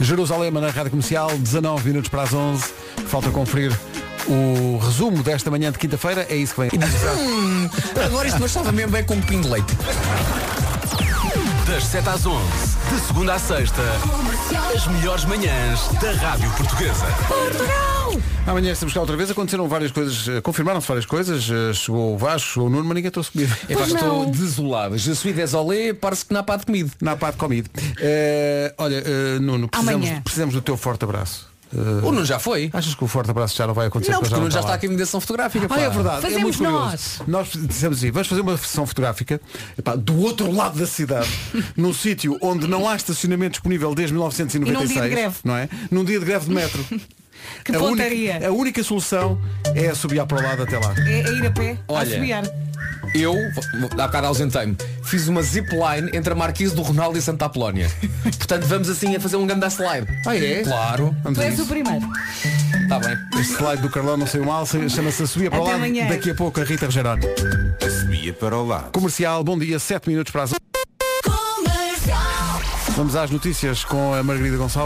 Speaker 1: Jerusalém na Rádio Comercial, 19 minutos para as 11. Falta conferir o resumo desta manhã de quinta-feira. É isso que vem.
Speaker 6: Hum, Agora isto marchava mesmo bem com um pinho de leite.
Speaker 13: Das 7 às 11, de segunda à sexta, as melhores manhãs da Rádio Portuguesa.
Speaker 1: Amanhã estamos cá outra vez. Aconteceram várias coisas, eh, confirmaram-se várias coisas. Eh, Chegou o Vasco, chegou o Nuno, mas ninguém trouxe comida.
Speaker 6: Epá, estou desolado. Je suis désolé, parece que não há pá de comida.
Speaker 1: Na pá de comida. Eh, olha, eh, Nuno, precisamos,
Speaker 4: Amanhã.
Speaker 1: precisamos do teu forte abraço. Eh,
Speaker 6: O Nuno já foi.
Speaker 1: achas que o forte abraço já não vai acontecer?
Speaker 6: Não,
Speaker 1: porque
Speaker 6: porque
Speaker 1: eu
Speaker 6: o Nuno já
Speaker 1: estava
Speaker 6: está
Speaker 1: lá?
Speaker 6: aqui em mediação fotográfica.
Speaker 1: Ah, é
Speaker 6: pá.
Speaker 1: verdade. é
Speaker 4: Fazemos
Speaker 1: muito curioso.
Speaker 4: nós.
Speaker 1: Nós dissemos assim, vamos fazer uma sessão fotográfica epá, do outro lado da cidade, num sítio onde não há estacionamento disponível desde 1996.
Speaker 4: E num dia de greve.
Speaker 1: Não é? Num dia de greve de metro.
Speaker 4: Que
Speaker 1: a,
Speaker 4: pontaria.
Speaker 1: única, a única solução é assobiar para o lado até lá.
Speaker 4: É, é ir a pé, a
Speaker 6: Olha.
Speaker 4: assobiar.
Speaker 6: Eu, há bocado ausentei-me, fiz uma zipline entre a marquise do Ronaldo e Santa Apolónia. Portanto, vamos assim a fazer um ganda slide.
Speaker 1: Ah, é? Hum.
Speaker 6: Claro.
Speaker 1: Vamos
Speaker 4: Tu
Speaker 1: a
Speaker 4: és
Speaker 1: isso.
Speaker 4: o primeiro.
Speaker 6: Está bem.
Speaker 1: Este slide do Carlão não saiu mal, se- chama-se Assobia para o
Speaker 4: Até
Speaker 1: lado.
Speaker 4: amanhã.
Speaker 1: Daqui a pouco a Rita Rogeroni.
Speaker 13: Assobia para o lado.
Speaker 1: Comercial, bom dia, 7 minutos para as. Vamos às notícias com a Margarida Gonçalves.